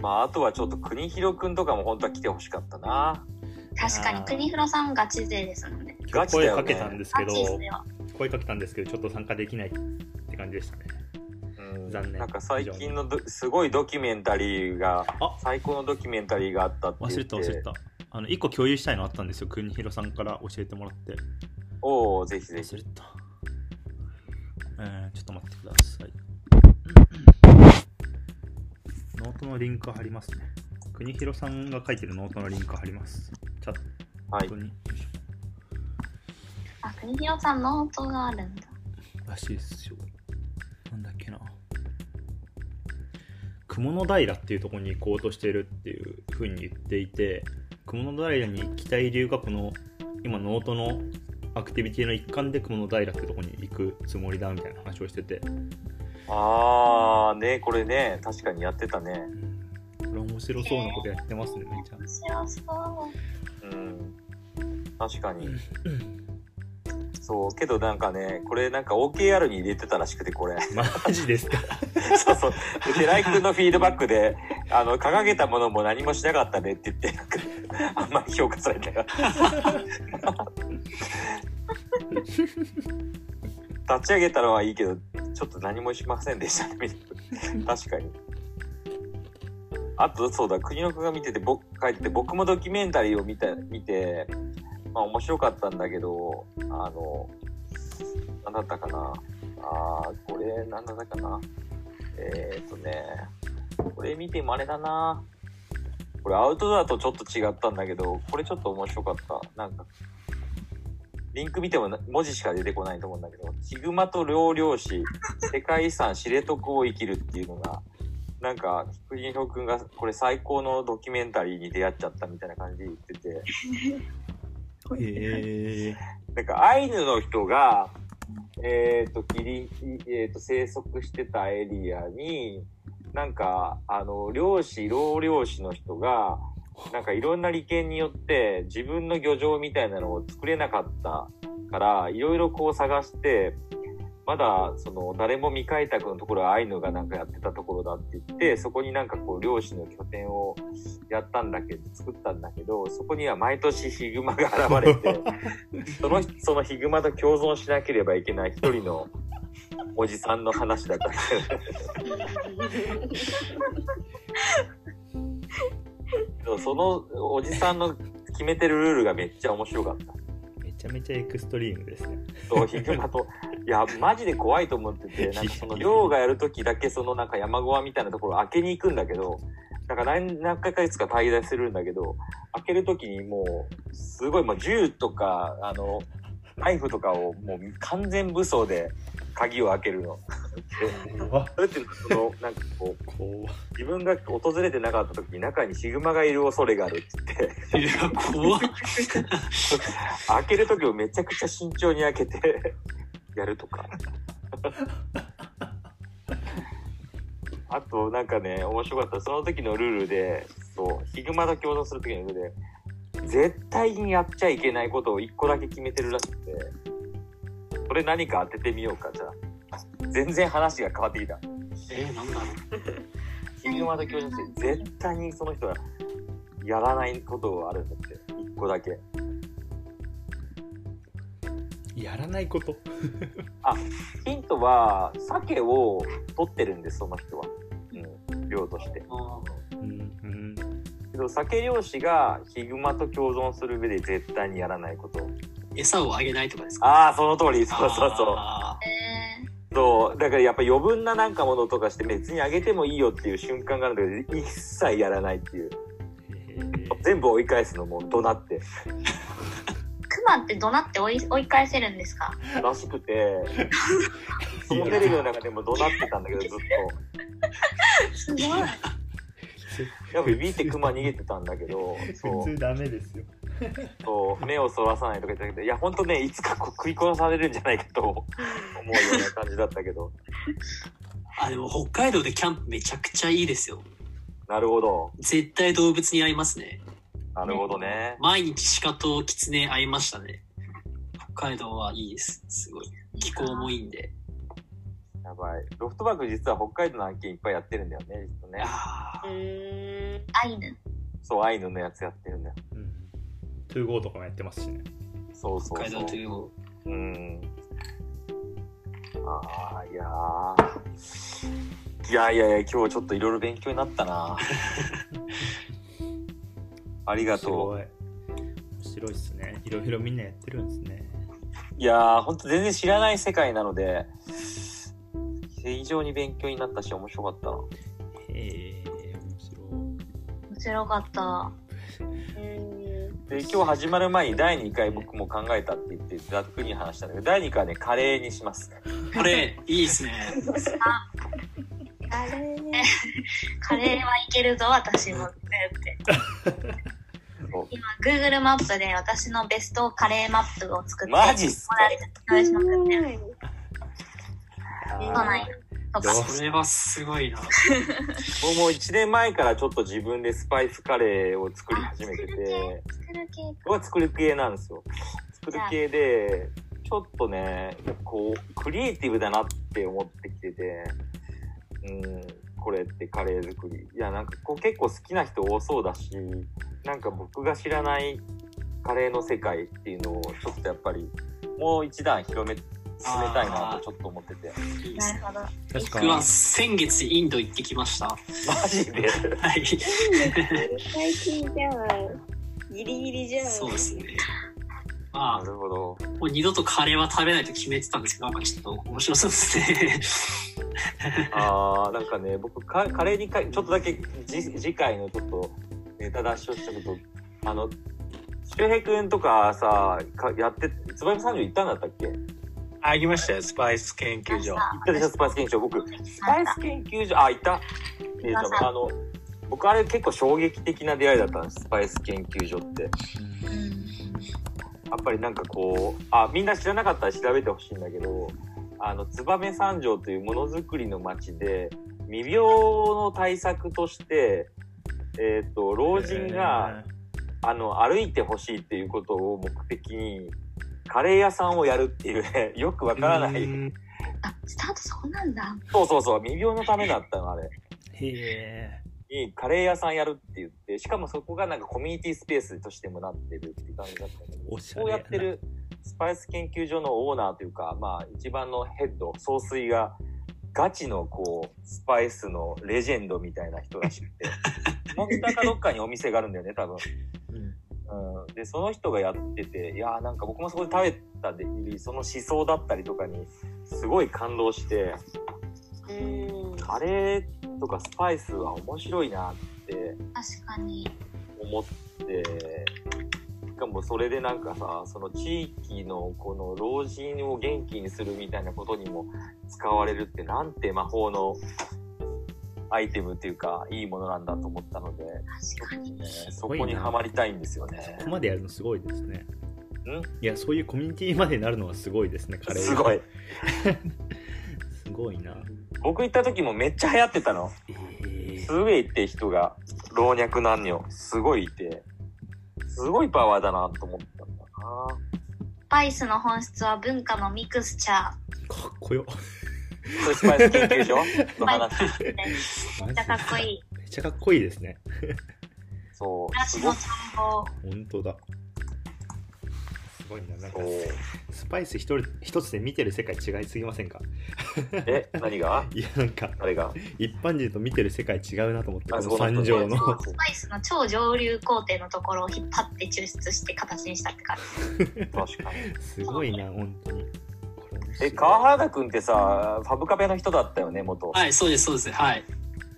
まあ、あとはちょっと国広くんとかも本当は来てほしかったな。
確か
あ
に
ー
国広さんガチ勢ですもんね。
ガチだ
声
よ、ね。
かけたんです
ガ
けど
チ勢は。
声かけたんですけどちょっと参加できないって感じでしたね
うん
残念
なんか最近のどすごいドキュメンタリーが
あ
最高のドキュメンタリーがあったって言って
忘れた忘れたあの1個共有したいのあったんですよ国広さんから教えてもらって
おおぜひぜひ
忘れたえー、ちょっと待ってくださいノートのリンク貼りますね国広さんが書いてるノートのリンク貼りますチャッ
はい
トに、
あ、国広さんノートがあるんだ。
らしいですよなんだっけな雲の平っていうところに行こうとしてるっていうふうに言っていて雲の平に行きたい理由がこの今ノートのアクティビティの一環で雲の平ってところに行くつもりだみたいな話をしてて
ああねこれね確かにやってたね
これ面白そうなことやってますねめちゃ
面白そう。
うん確かにそうけどなんかねこれなんか OKR に入れてたらしくてこれ
マジですか
そうそうで寺井君のフィードバックであの掲げたものも何もしなかったねって言ってなんかあんまり評価されてなかった立ち上げたのはいいけどちょっと何もしませんでしたねみたいな確かにあとそうだ国の君が見てて僕書いてて僕もドキュメンタリーを見た見てまあ面白かったんだけどあの何だったかなあーこれ何だったかなえー、っとねこれ見てもあれだなこれアウトドアとちょっと違ったんだけどこれちょっと面白かったなんかリンク見てもな文字しか出てこないと思うんだけど「ヒグマと両漁師世界遺産知床を生きる」っていうのがなんか国広くんがこれ最高のドキュメンタリーに出会っちゃったみたいな感じで言ってて
へえ
なんかアイヌの人が、えっ、と、キリ、えっ、と、生息してたエリアに、なんか、あの、漁師、老漁師の人が、なんかいろんな利権によって自分の漁場みたいなのを作れなかったから、いろいろこう探して、まだその誰も未開拓のところはアイヌがなんかやってたところだって言って、そこになんかこう漁師の拠点をやったんだけど、作ったんだけど、そこには毎年ヒグマが現れて、そのそのヒグマと共存しなければいけない一人のおじさんの話だからでもそのおじさんの決めてるルールがめっちゃ面白かった
めちゃめちゃエクストリームですね
そうヒグマといやマジで怖いと思っててなんかその漁がやる時だけそのなんか山小屋みたいなところ開けに行くんだけどなんか何何回かいつか滞在するんだけど開ける時にもうすごいもう銃とかあのナイフとかをもう完全武装で鍵を開けるの。
わ
それってそのなんかこう
怖
自分が訪れてなかった時に中にヒグマがいる恐れがあるって言って
いや、怖 っ。
開ける時をめちゃくちゃ慎重に開けて やるとかあとなんかね面白かったその時のルールでそうヒグマと共存する時のルールで絶対にやっちゃいけないことを1個だけ決めてるらしくてそれ何か当ててみようかじゃあ全然話が変わってきた
えー、なんだろう。
ヒグマと共存して絶対にその人はやらないことがあるんだって一個だけ
やらないこと
ヒントは鮭を取ってるんですその人は、うん、漁として
あ
うん
けど鮭漁師がヒグマと共存する上で絶対にやらないこと
ー餌をあげないとかですか
ああその通りそうそうそう
あ
えー、
そうだからやっぱ余分ななんかものとかして別にあげてもいいよっていう瞬間があるんだけど一切やらないっていう全部追い返すのもう怒鳴って
クマってどなって追い追い返せるんですから
しくてそのテレビの中でも怒鳴ってたんだけどずっと。
すごい。
やっぱビーってクマ逃げてたんだけど、そ
普
う
通ダメですよ
そう目をそらさないとか言ってたけど、いや、ほんとね、いつかこう食い殺されるんじゃないかと思うような感じだったけど、
あ。あ、でも北海道でキャンプめちゃくちゃいいですよ。
なるほど。
絶対動物に会いますね。
なるほどね。
毎日鹿とキツネ会いましたね。北海道はいいです。すごい。気候もいいんで。
やばい。ロフトバンク実は北海道の案件いっぱいやってるんだよね、きっとね。
あ
うーん。
アイヌ。
そう、アイヌのやつやってるんだよ。
うん。トゥーゴーとかもやってますしね。
そう
ー
そう
北海
そ
道
う
と。いうの
うん。ああ、いやー。いやいやいや、今日ちょっといろいろ勉強になったな。ありが
すご
と
い。面白いっすね。いろいろみんなやってるんですね。
う。いやー、ほんと全然知らない世界なので、非常に勉強になったし、面白かったな。
へえ、面白
面白かった。
うん
で今日始まる前に第2回僕も考えたって言ってざっくり話したんだけど第2回はねカレーにします
これ、いいですね。
あれ
カレーはいけるぞ、私も。って。今、Google マップで私のベストカレーマップを作って、
マジっすか
お願いしますって。
僕
都内とか。
それはすごいな。
もう1年前からちょっと自分でスパイスカレーを作り始めてて
作る系
僕は作る系なんですよ作る系でちょっとねこうクリエイティブだなって思ってきててうんこれってカレー作りいやなんかこう結構好きな人多そうだしなんか僕が知らないカレーの世界っていうのをちょっとやっぱりもう一段広め進めたいなとちょっと思ってて
いいです
な
ね
るほど。
い。確
僕
か
は先月インド行ってきました。
マジで
はい。
最近じゃん。ギリギリじゃん。
そうですね。
な
ま
るほど
あ、もう二度とカレーは食べないと決めてたんですけど、なんかちょっと面白そうですね。
あーなんかね僕カカレーにかちょっとだけじ次回のちょっとネタ出しをしたけどあの周平くんとかさかやって燕三条行ったんだったっけ行
ありましたよ、スパイス研究所。
ったでしょスパイス研究所僕スパイス研究所あ行ったえっ、
行きまし
と
た
あの僕あれ結構衝撃的な出会いだったんですスパイス研究所ってや
う
に。
ん
っぱりなんかこうあみんな知らなかったら調べてほしいんだけどあの燕三条というものづくりの町で未病の対策としてえっ、と老人が、あの歩いてほしいっていうことを目的にカレー屋さんをやるっていうねよくわからな
う
い
ん
あ、スタートそこなんだ。
そうそうそう未病のためだったのあれ
へえ。
にカレー屋さんやるって言ってしかもそこがなんかコミュニティスペースとしてもなってるって感じだったんだけど
おしゃ
こ
れ
う
や
や
な
ってるスパイス研究所のオーナーというかまあ一番のヘッド総帥がガチのこうスパイスのレジェンドみたいな人らしく てモンスターかどっかにお店があるんだよね多分うん、でその人がやってていやーなんか僕もそこで食べたでその思想だったりとかにすごい感動して
うん。
カレーとかスパイスは面白いなって
確かに。
思ってしかもそれでなんかさその地域のこの老人を元気にするみたいなことにも使われるってなんて魔法のアイテムっていうかいいものなんだと思ったので、
確かに。
ね
す
そ
ごいな
こにはまりたいんですよね
こ。こまでやるのすごいですね。
ん
いや、そういうコミュニティまでなるのはすごいですね、カレー。
すごい。
すごいな。
僕行った時もめっちゃ流行ってたの。
ええ
スウェイって人が老若男女すごいいて、すごいパワーだなと思ったんだ
スパイスの本質は文化のミクスチャー。
かっこよ。
な。それスパイス研究所の話。
め
めっちゃかっこいい。
めっちゃかっこいいですね。
そう、す
私
ご
の
く
単語。
本当だ。すごいな。なんか
そう。
スパイス一人一つで見てる世界違いすぎませんか
え、何が
いや、なんか、
あれが
一般人と見てる世界違うなと思って、こ
あ
の
そうなんだ
三条の。
スパイスの超上流工程のところを引っ張って抽出して形にしたって感じ。
確かに。
すごいな、本当に。これ面白 い
え、川原田くんってさ、ファブカフェの人だったよね、元。
はい、そうです、そうです。はい。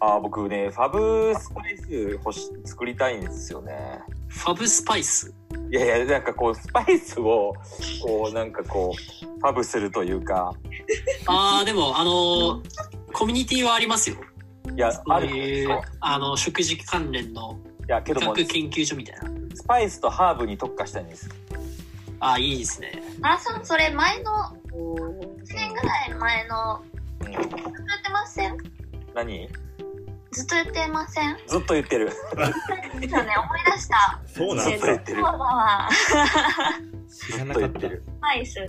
あー、僕ね、ファブスパイス欲し作りたいんですよね。
ファブスパイス。
いやいや、なんかこう、スパイスを、こう、なんかこう、ファブするというか、
ああ、でも、あのーコミュニティはありますよ。
いや、あ
そう
る
い、
いう
あの、食事関連の
や、けど
企
も
画、研究所みたいな。
スパイスとハーブに特化したいんです。
ああ、いいですね。
マラさん、それ前の、1年ぐらい前の、
うん
やってません
何
ずっと言ってません。
ずっと言ってる。
そうね、思い出した。
そうな
ず
んで
っ
す
と
よ
言って
そう
る
だ。わ。
知
ず
ら
っ
な
と
か
言
っ
って
た。
る。
ナイス。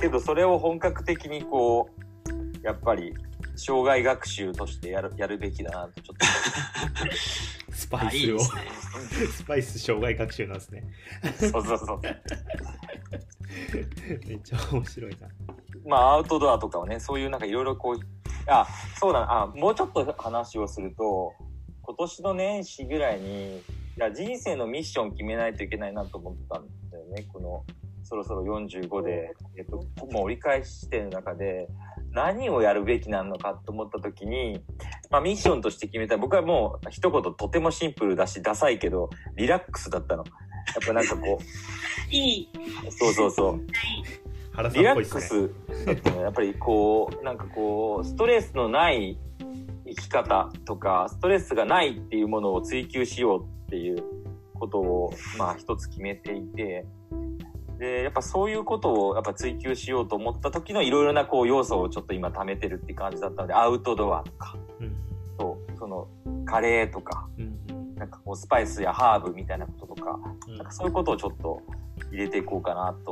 けどそれを本格的にこうやっぱり障害学習としてやるやるべきだなとちょっと
ス
あ
パイ
いい
スを
で、すね。
スパイス障害学習なんですね。
そうそうそう。
めっちゃ面白いな。
まあアウトドアとかはね、そういうなんかいろいろこう、あ、そうだな、あ、もうちょっと話をすると、今年の年始ぐらいに、いや人生のミッション決めないといけないなと思ったんだよね、この、そろそろ45で、えっと、もう折り返し地点の中で、何をやるべきなのかと思った時に、まあミッションとして決めた、僕はもう一言とてもシンプルだし、ダサいけど、リラックスだったの。やっぱなんかこ
いい。
う、そうそうそう。
原さ
リ
んっ
ラ
ぽい
ッ
で
ク
すね。
スだったのやっぱりこうなんかこうストレスのない生き方とかストレスがないっていうものを追求しようっていうことをまあ一つ決めていてでやっぱそういうことをやっぱ追求しようと思った時のいろいろなこう要素をちょっと今貯めてるって感じだったのでアウトドアとか
うん
そうそのカレーとか
うん
なんかこうスパイスやハーブみたいなこととか
うん
なんかそういうことをちょっと入れていこうかなと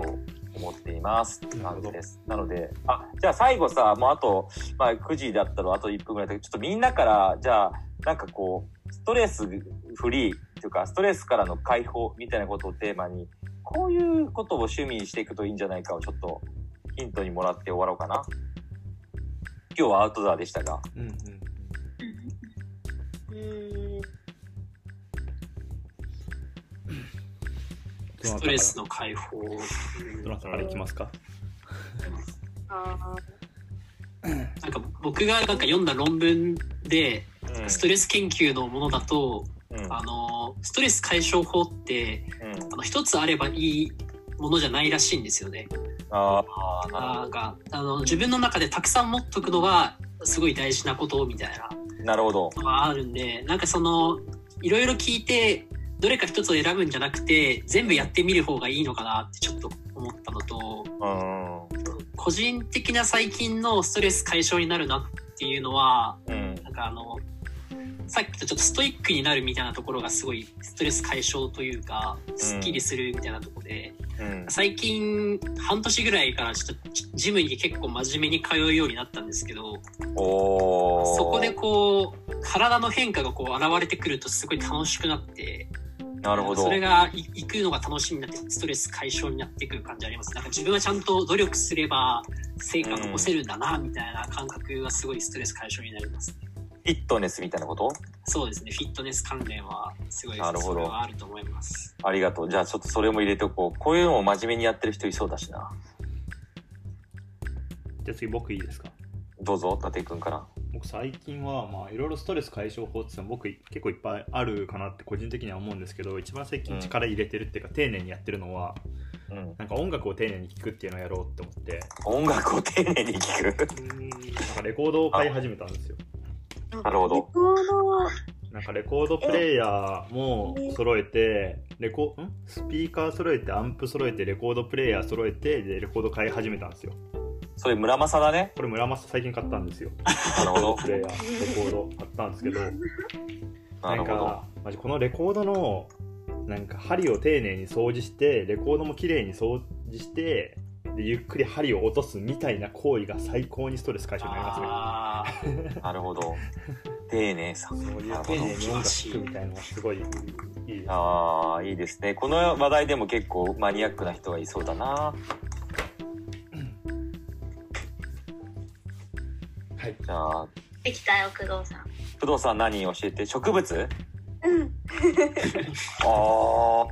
思っていますって感じです。なので、あ、じゃあ最後さ、もうあと、まあ9時だったらあと1分ぐらいだけど、ちょっとみんなから、じゃあ、なんかこう、ストレスフリーというか、ストレスからの解放みたいなことをテーマに、こういうことを趣味にしていくといいんじゃないかをちょっとヒントにもらって終わろうかな。今日はアウトドアでしたが、
うんうん
うん
うーん
ストレスの解放。
どなたからいきますか
あ
なんか僕がなんか読んだ論文で、
うん
ストレス研究のものだと、
うん
あの、ストレス解消法って、
うん
あの、一つあればいいものじゃないらしいんですよね。
あーな
なんか、あの、自分の中でたくさん持っとくのは、すごい大事なことみたいな
なるほど。
のがあるんで、なんかその、いろいろ聞いて、どれか一つを選ぶんじゃなくて、全部やってみる方がいいのかなってちょっと思ったのと、
うん。
個人的な最近のストレス解消になるなっていうのは、
うん。
なんかあの、さっきとちょっとストイックになるみたいなところがすごいストレス解消というか、スッキリするみたいなところで、
うん。
最近半年ぐらいからちょっとジムに結構真面目に通うようになったんですけど、
おー。
そこでこう、体の変化がこう現れてくるとすごい楽しくなって、
なるほど。
それがい行くのが楽しみになってストレス解消になってくる感じあります。なんか自分はちゃんと努力すれば成果残せるんだな、みたいな感覚がすごいストレス解消になります。
フィットネスみたいなこと
そうですね、フィットネス関連はすごい
なるほど
それはあると思います。
ありがとう。じゃあちょっとそれも入れておこう。こういうのを真面目にやってる人いそうだしな。
じゃあ次僕いいですか
どうぞ、伊達くんから。
僕最近はまあいろいろストレス解消法っていうのは僕結構いっぱいあるかなって個人的には思うんですけど一番最近力入れてるっていうか丁寧にやってるのは
うん。
なんか音楽を丁寧に聴くっていうのをやろうって思って
音楽を丁寧に聞く。
なんかレコードを買い始めたんですよ
ー
なるほど
レコード
なんかレコードプレイヤーも揃えてレコんスピーカー揃えてアンプ揃えてレコードプレイヤー揃えてでレコード買い始めたんですよ
それ村正だね。
これ村正最近買ったんですよ
なるほど。
プレイヤーレコード買ったんですけ ど
な
な
る
ん
ほど。
かマジこのレコードのなんか針を丁寧に掃除してレコードも綺麗に掃除してでゆっくり針を落とすみたいな行為が最高にストレス解消になりますね
ああー、
なるほど。丁寧さ。
そうい
なる
う
ほ
丁
ど
寧に音楽聴くみたいなのがすごいいいです
ああ、いいですね。この話題でも結構マニアックな人がいそうだな。
はい
じゃあ、
できたよ、工藤さん。
工藤さん何教えて植物
うん
あー
あの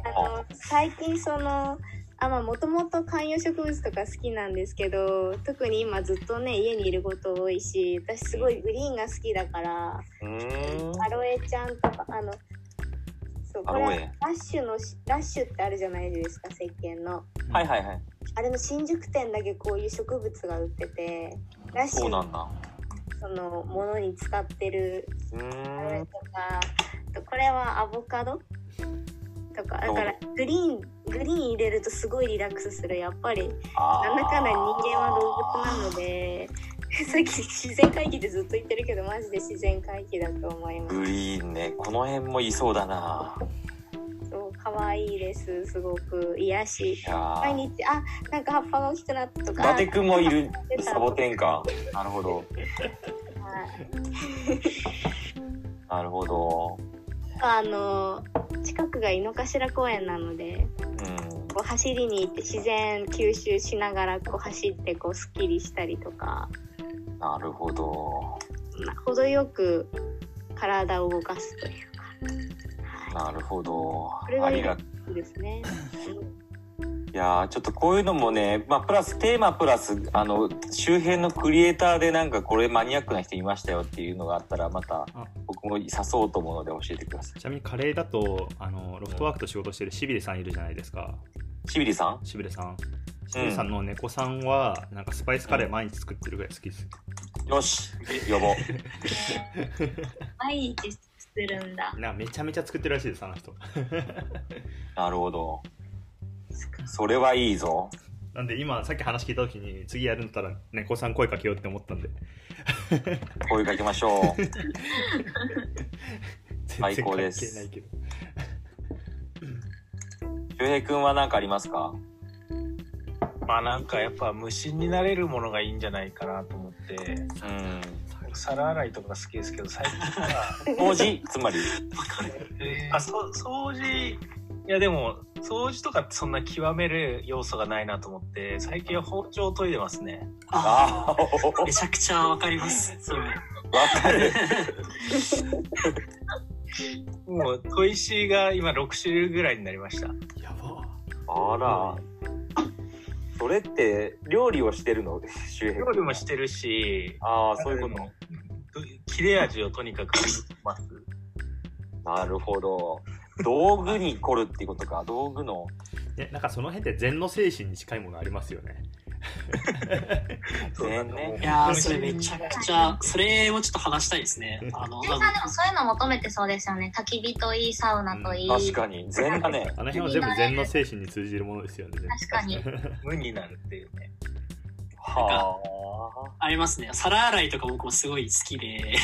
最近そのあまあもともと観葉植物とか好きなんですけど特に今ずっとね家にいること多いし私すごいグリーンが好きだから
うーん。
アロエちゃんとかあのそうこ
ア
れは
ロエ
ラッシュのしラッシュってあるじゃないですか石鹸の
はいはいはい。
あれの新宿店だけこういう植物が売っててラッシ
そ
ュ
うな
の
んだ。
そのものに使ってる
う
あれ
ーん
と。かあとこれはアボカドとかだからグリーングリーン入れるとすごいリラックスするやっぱり
あ
な
ー
んだかんだ人間は動物なので さっき自然回帰ってずっと言ってるけどマジで自然回帰だと思います
グリーンねこの辺もいそうだな
そう可愛いですすごく癒し
いや
毎日あなんか葉っぱが大きくなったと
伊
か
達くんもいる
あ出た
サボテンかなるほど
はい
なるほど
あの近くが井の頭公園なので
うん
こう走りに行って自然吸収しながらこう走ってこうスッキリしたりとか、
なるほど
まあ、程よく体を動かすという
なるほど
これ
あ
がい
り
い
が
ですね。
いやーちょっとこういうのもね、まあ、プラステーマプラスあの周辺のクリエイターでなんかこれマニアックな人いましたよっていうのがあったらまた
あ
僕も誘そうと思うので教えてくださ
ちなみにカレーだとあのロフトワークと仕事してるしびれさんいるじゃないですか
いしびりさん
しびれさんしびれさんの猫さんはなんかスパイスカレー毎日作ってるぐらい好きです、
よし呼ぼう
毎日するんだ。
なんかめちゃめちゃ作ってるらしいですあの人
なるほどそれはいいぞ
なんで今さっき話聞いた時に次やるんだったら猫さん声かけようって思ったんで
声かけましょう
全
最
然
高
関
で
係
す
ないけど
周平くんは何かありますか
まあなんかやっぱ無心になれるものがいいんじゃないかなと思って
うん
皿洗いとか好きですけど最近は
掃除つまり
あそ掃除いやでも掃除とかってそんな極める要素がないなと思って最近は包丁を研いでますね
あ
ああ
あ、めちゃくちゃわかります。それ。
わかる
もう砥石が今6種類ぐらいになりました
やば
あらそれって料理をしてるの周平
料理もしてるし
ああそういうこ
切れ味をとにかく見てます
となるほど道具に凝るってことか道具の
ね、なんかその辺って禅の精神に近いものありますよね。
そうだね
いやー、それめちゃくちゃ、それをちょっと話したいですね。あの、
ジェイさんでもそういうの求めてそうですよね。焚き火といい、サウナといい。
確かに全だね
あの辺は全部禅の精神に通じるものですよね。
確かに。
無になるっていうね
は
ありますね。皿洗いとか僕もすごい好きで、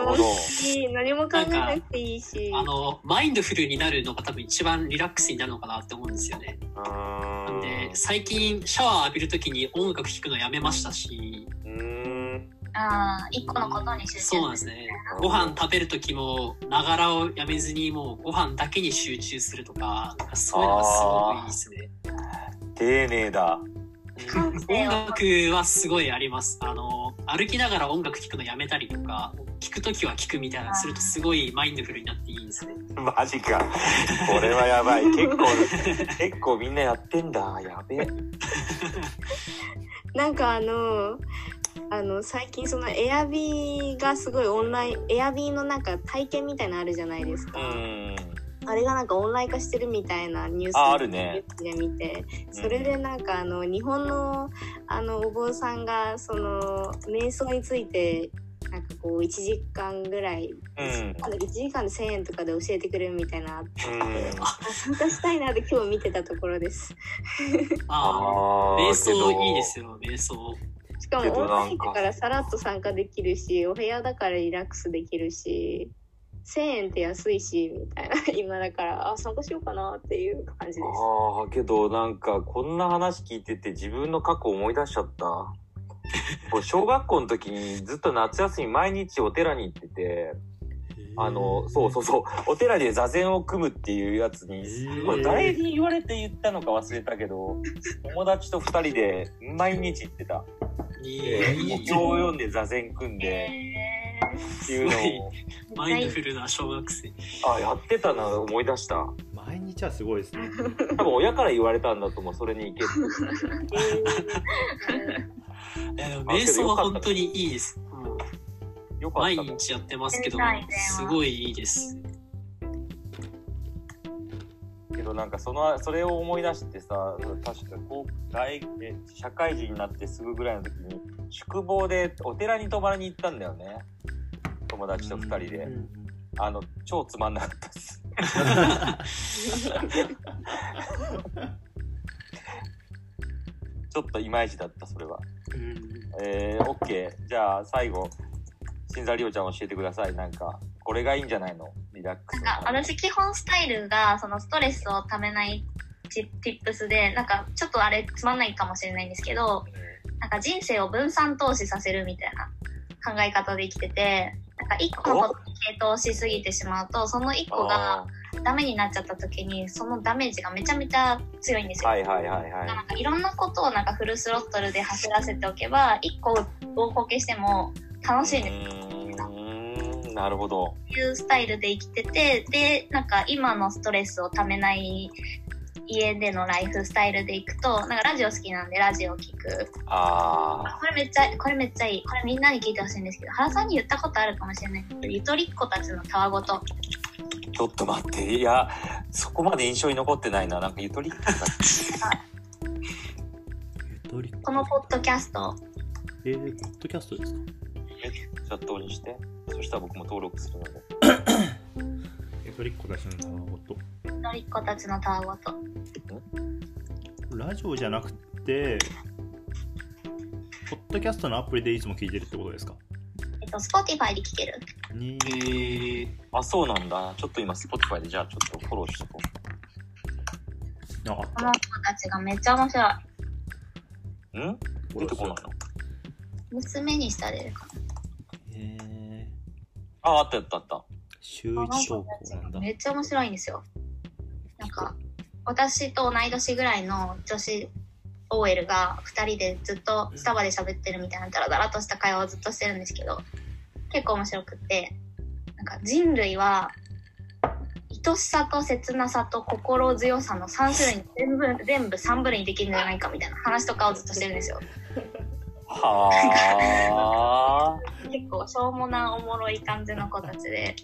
ほど
いい 何も考えなくていいし
あの、マインドフルになるのが多分一番リラックスになるのかなって思うんですよね。
あ
な
うん
で、最近シャワー浴びるときに音楽聴くのやめましたし、
ーん
ああ、一個のことに集中
そうなんですね。ご飯食べるときも、ながらをやめずに、もうご飯だけに集中するとか、なんかそういうのがすごくいいですね。
丁寧だ
感性
音
を
楽はすごいあります。あの、歩きながら音楽聴くのやめたりとか、聴くときは聴くみたいな、するとすごいマインドフルになっていいですね。
マジかこれはやばい結構結構みんなやってんだやべえ
なんかあのあの最近そのエアビーがすごいオンラインエアビーのなんか体験みたいなのあるじゃないですか、
うん
あれがなんかオンライン化してるみたいなニュース
ああるね
ニュースで見てそれでなんかあの日本のあのお坊さんがその瞑想についてなんかこう1時間ぐらい、
うん
なんか1時間で1,000円とかで教えてくれるみたいなのあって
うん
参加したいなって今日見てたところです
ああ、
あー
瞑想いいで
け
すよ、瞑想。
しか
け
も
ど
オンライ
なん
ン
か
だからさらっと参加できるしお部屋だからリラックスできるし1,000円って安いしみたいな 今だからあ参加しようかなっていう感じです
どああけどなんかこんな話聞いてて自分の過去思い出しちゃったもう小学校の時にずっと夏休み毎日お寺に行っててあのそうそうそうお寺で座禅を組むっていうやつにこれ誰に言われて言ったのか忘れたけど友達と2人で毎日行ってた
い
お
い、
経を読んで座禅組んで
え
っていうのを
マインドフルな小学生。
あやってたな思い出した
毎日はすごいですね。
多分親から言われたんだと思うそれに行けって
いやでも瞑想は本当にいいです。もう
よかっ
毎
たと
日やってますけど
やりたい、ね
すごいいいです。
けどなんかそのそれを思い出してさ確かこう大え社会人になってすぐぐらいの時に宿坊でお寺に泊まりに行ったんだよね友達と2人であの超つまんなかったですちょっとイマイチだったそれは
うん
えー、オッケーじゃあ最後新座りおちゃん教えてくださいなんかこれがいいんじゃないのリラックスの
なんか私基本スタイルがそのストレスをためないチティップスでなんかちょっとあれつまんないかもしれないんですけどなんか人生を分散投資させるみたいな考え方で生きててなんか1個のことに傾倒しすぎてしまうとその1個が
あ
ダメになっちゃった時にそのダメージがめちゃめちゃ強いんです
ー
よ。
はいはいはい
だからな
は
んかいろんなことをなんかフルスロットルで走らせておけば1個をこけしても楽しいん
い
ですよ
うーんなるほど
っていうスタイルで生きててでなんか今のストレスをためない家でのライフスタイルでいくとなんかラジオ好きなんでラジオ聞く
あ
あこれめっちゃこれめっちゃいいこれみんなに聞いてほしいんですけど原さんに言ったことあるかもしれないんですけどゆとりっ子たちのたわごと
ーちょっと待っていやそこまで印象に残ってないななんかゆとりっ子だっけ
このポッドキャスト
えー、ポッドキャストですか
チャットにしてそしたら僕も登録するので
ゆとりっ子たちのたわごと
ゆとりっ子たちのたわごと
ラジオじゃなくてポッドキャストのアプリでいつも聞いてるってことですか
えっと Spotify で聞ける
に
えー、
あそうなんだちょっと今 Spotify でじゃあちょっとフォローしとこ
ああっ
この子たちがめっちゃ面白いう
うん
た
出てこないの
娘にしたら出るか
えー、
ああったあったあった
週
なこの
一投
子
稿
たち
なんだ
がめっちゃ面白いんですよなんか私と同い年ぐらいの女子 OL が2人でずっとスタバで喋ってるみたいなダラダラとした会話をずっとしてるんですけど結構面白くってなんか人類は愛しさと切なさと心強さの3種類に全部全部3部類にできるんじゃないかみたいな話とかをずっとしてるんですよ
はあ
結構しょうもなおもろい感じの子たちで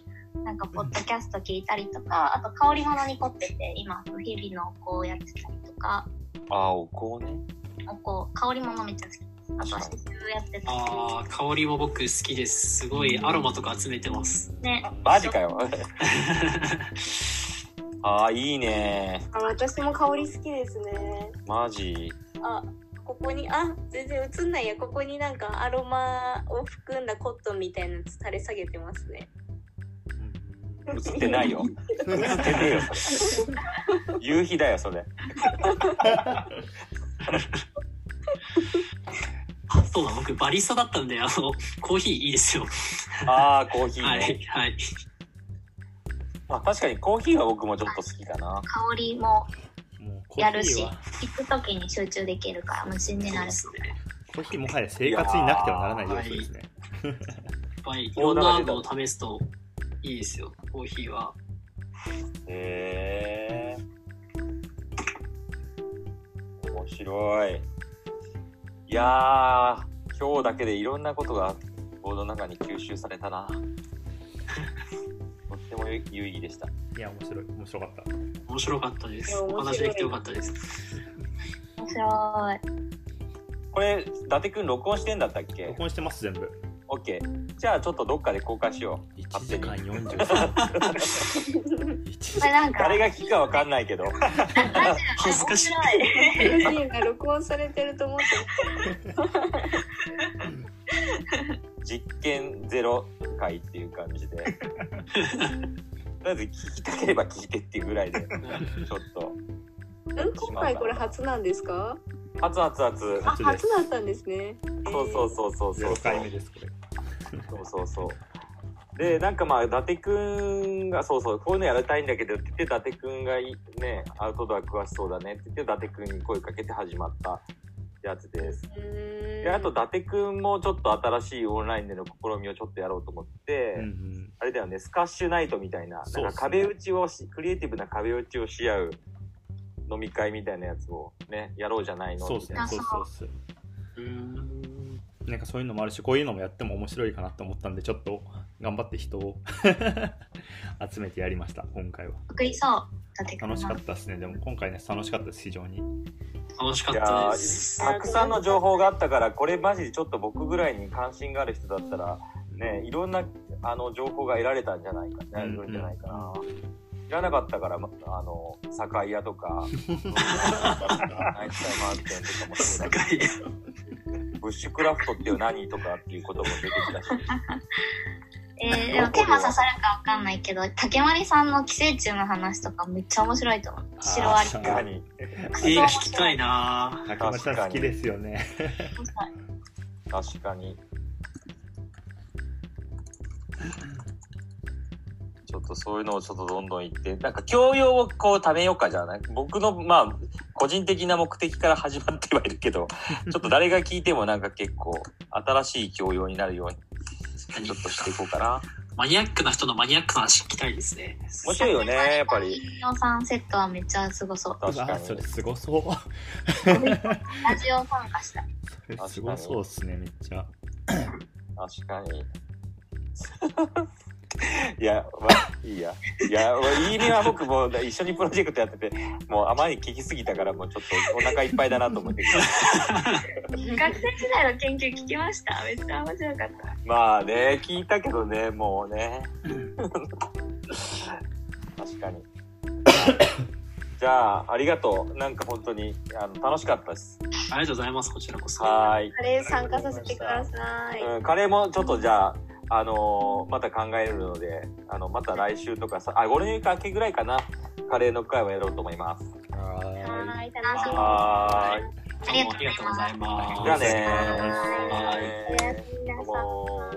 なんかポッドキャスト聞いたりとかあと香り物に凝ってて今日々のこうやってたりとか
あーおこうね
おこう香り物めっちゃ好きですあと刺繍やってた
あー香りも僕好きですすごいアロマとか集めてます
ね
マジか よああいいね
あ私も香り好きですね
マジ
あここにあ全然映んないやここになんかアロマを含んだコットンみたいなやつ垂れ下げてますね
映ってないよ映ってねえよそれ夕日だよそれ
あそうだ僕バリスタだったんであのコーヒーいいですよ
ああコーヒーね、
はいはい
まあ、確かにコーヒーは僕もちょっと好きかな
香り
も
も
うコ
や
ー
る
ヒー
し
は
聞く時に集中できるから無心になる
そうですね
コーヒーもはや生活になくてはならない要素ですね
いっぱいいろんなのを試すといいですよコーヒーは
へえ面白いいやー今日だけでいろんなことがボードの中に吸収されたな とっても有意義でした
いや面白い面白かった
面白かったで
い
す
や
お
面白い
話できてよかったです
面白い
これ伊達くん録音してんだったっけ
録音してます全部
OK じゃあちょっとどっかで公開しよう
1時間43分 一時
これなんか
誰が聞くかわかんないけど
ラジオ
恥ずかしい
面白い
シーンが録音されてると思って
実験ゼロ回っていう感 じでとりあえず聞きたければ聞いてっていうぐらいでちょっと
うん今回これ初なんですか
熱々熱
あ
初です
初だったんですね
そうそうそうそうそう
0
そう
回目ですこれ
そうそうそうでなんかまあ伊達くんがそうそうこういうのやりたいんだけどって言って伊達くんがいねアウトドア詳しそうだねって言って伊達くんに声かけて始まったやつです
うーん
であと伊達くんもちょっと新しいオンラインでの試みをちょっとやろうと思って、
うんうん
あれだよね、スカッシュナイトみたいな、
そうっすね
なんか壁打ちをし、クリエイティブな壁打ちをし合う飲み会みたいなやつをね、やろうじゃないの
そうです
み
ね
たいな
そうそうそう
うーん
なんかそういうのもあるしこういうのもやっても面白いかなと思ったんでちょっと頑張って人を 集めてやりました今回は
得意そうだって
楽しかったですねでも今回ね楽しかったです非常に
楽しか
いや
ったです
ーたくさんの情報があったから、これマジでちょっと僕ぐらいに関心がある人だったら、ね、いろんなあの情報が得られたんじゃないか、
うん
得られるんじゃないかな。知らなかったから、まあの、酒屋と か、ナイツタイマー店とかもそうだけど、ブッシュクラフトっていう何とかっていうことも出てきたし、
えー、でもテーマ刺さるかわかんないけど、竹丸さんの寄生虫の話とかめっちゃ面白いと思う。シロアリ。
確
確
か
か
に
に、
映画聞きたいな
竹丸さん好きですよね
確かに。ちょっとそういうのをちょっとどんどん言って、なんか教養をこう貯めようかじゃない僕の、まあ、個人的な目的から始まってはいる けど、ちょっと誰が聞いてもなんか結構新しい教養になるように、ちょっとしていこうかな。
マニアックな人のマニアックな話聞きたいですね。
面白いよね、やっぱり。
金曜さんセットはめっちゃすごそう。
確か
あ
に。
それすご そう
ラジオ参加したい。
それ すごそうっすねめっちゃ
確かに。 いや、まあ、いいや。いや、もういいねは僕も一緒にプロジェクトやってて、もうあまり聞きすぎたから、もうちょっとお腹いっぱいだなと思って。
学生時代の研究聞きました。めっちゃ面白かった。
まあね、聞いたけどね、もうね。 確かに。じゃあ、ありがとう。なんか本当にあの楽しかったです。
ありがとうございます、こちらこそ。
はーい。
あれ参加させてください。
うん、カレーもちょっとじゃあ、あのーまた考えるので、あの、また来週とかさ、あ、ゴールデンウィーク明けぐらいかな、カレーの会はやろうと思います。
は
はい、楽しみに。
はーい。
どうもありがとうございます。
じゃあね
おやすみ
ど
な
う
さい。
も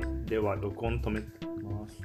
ー。
いでは録音止めます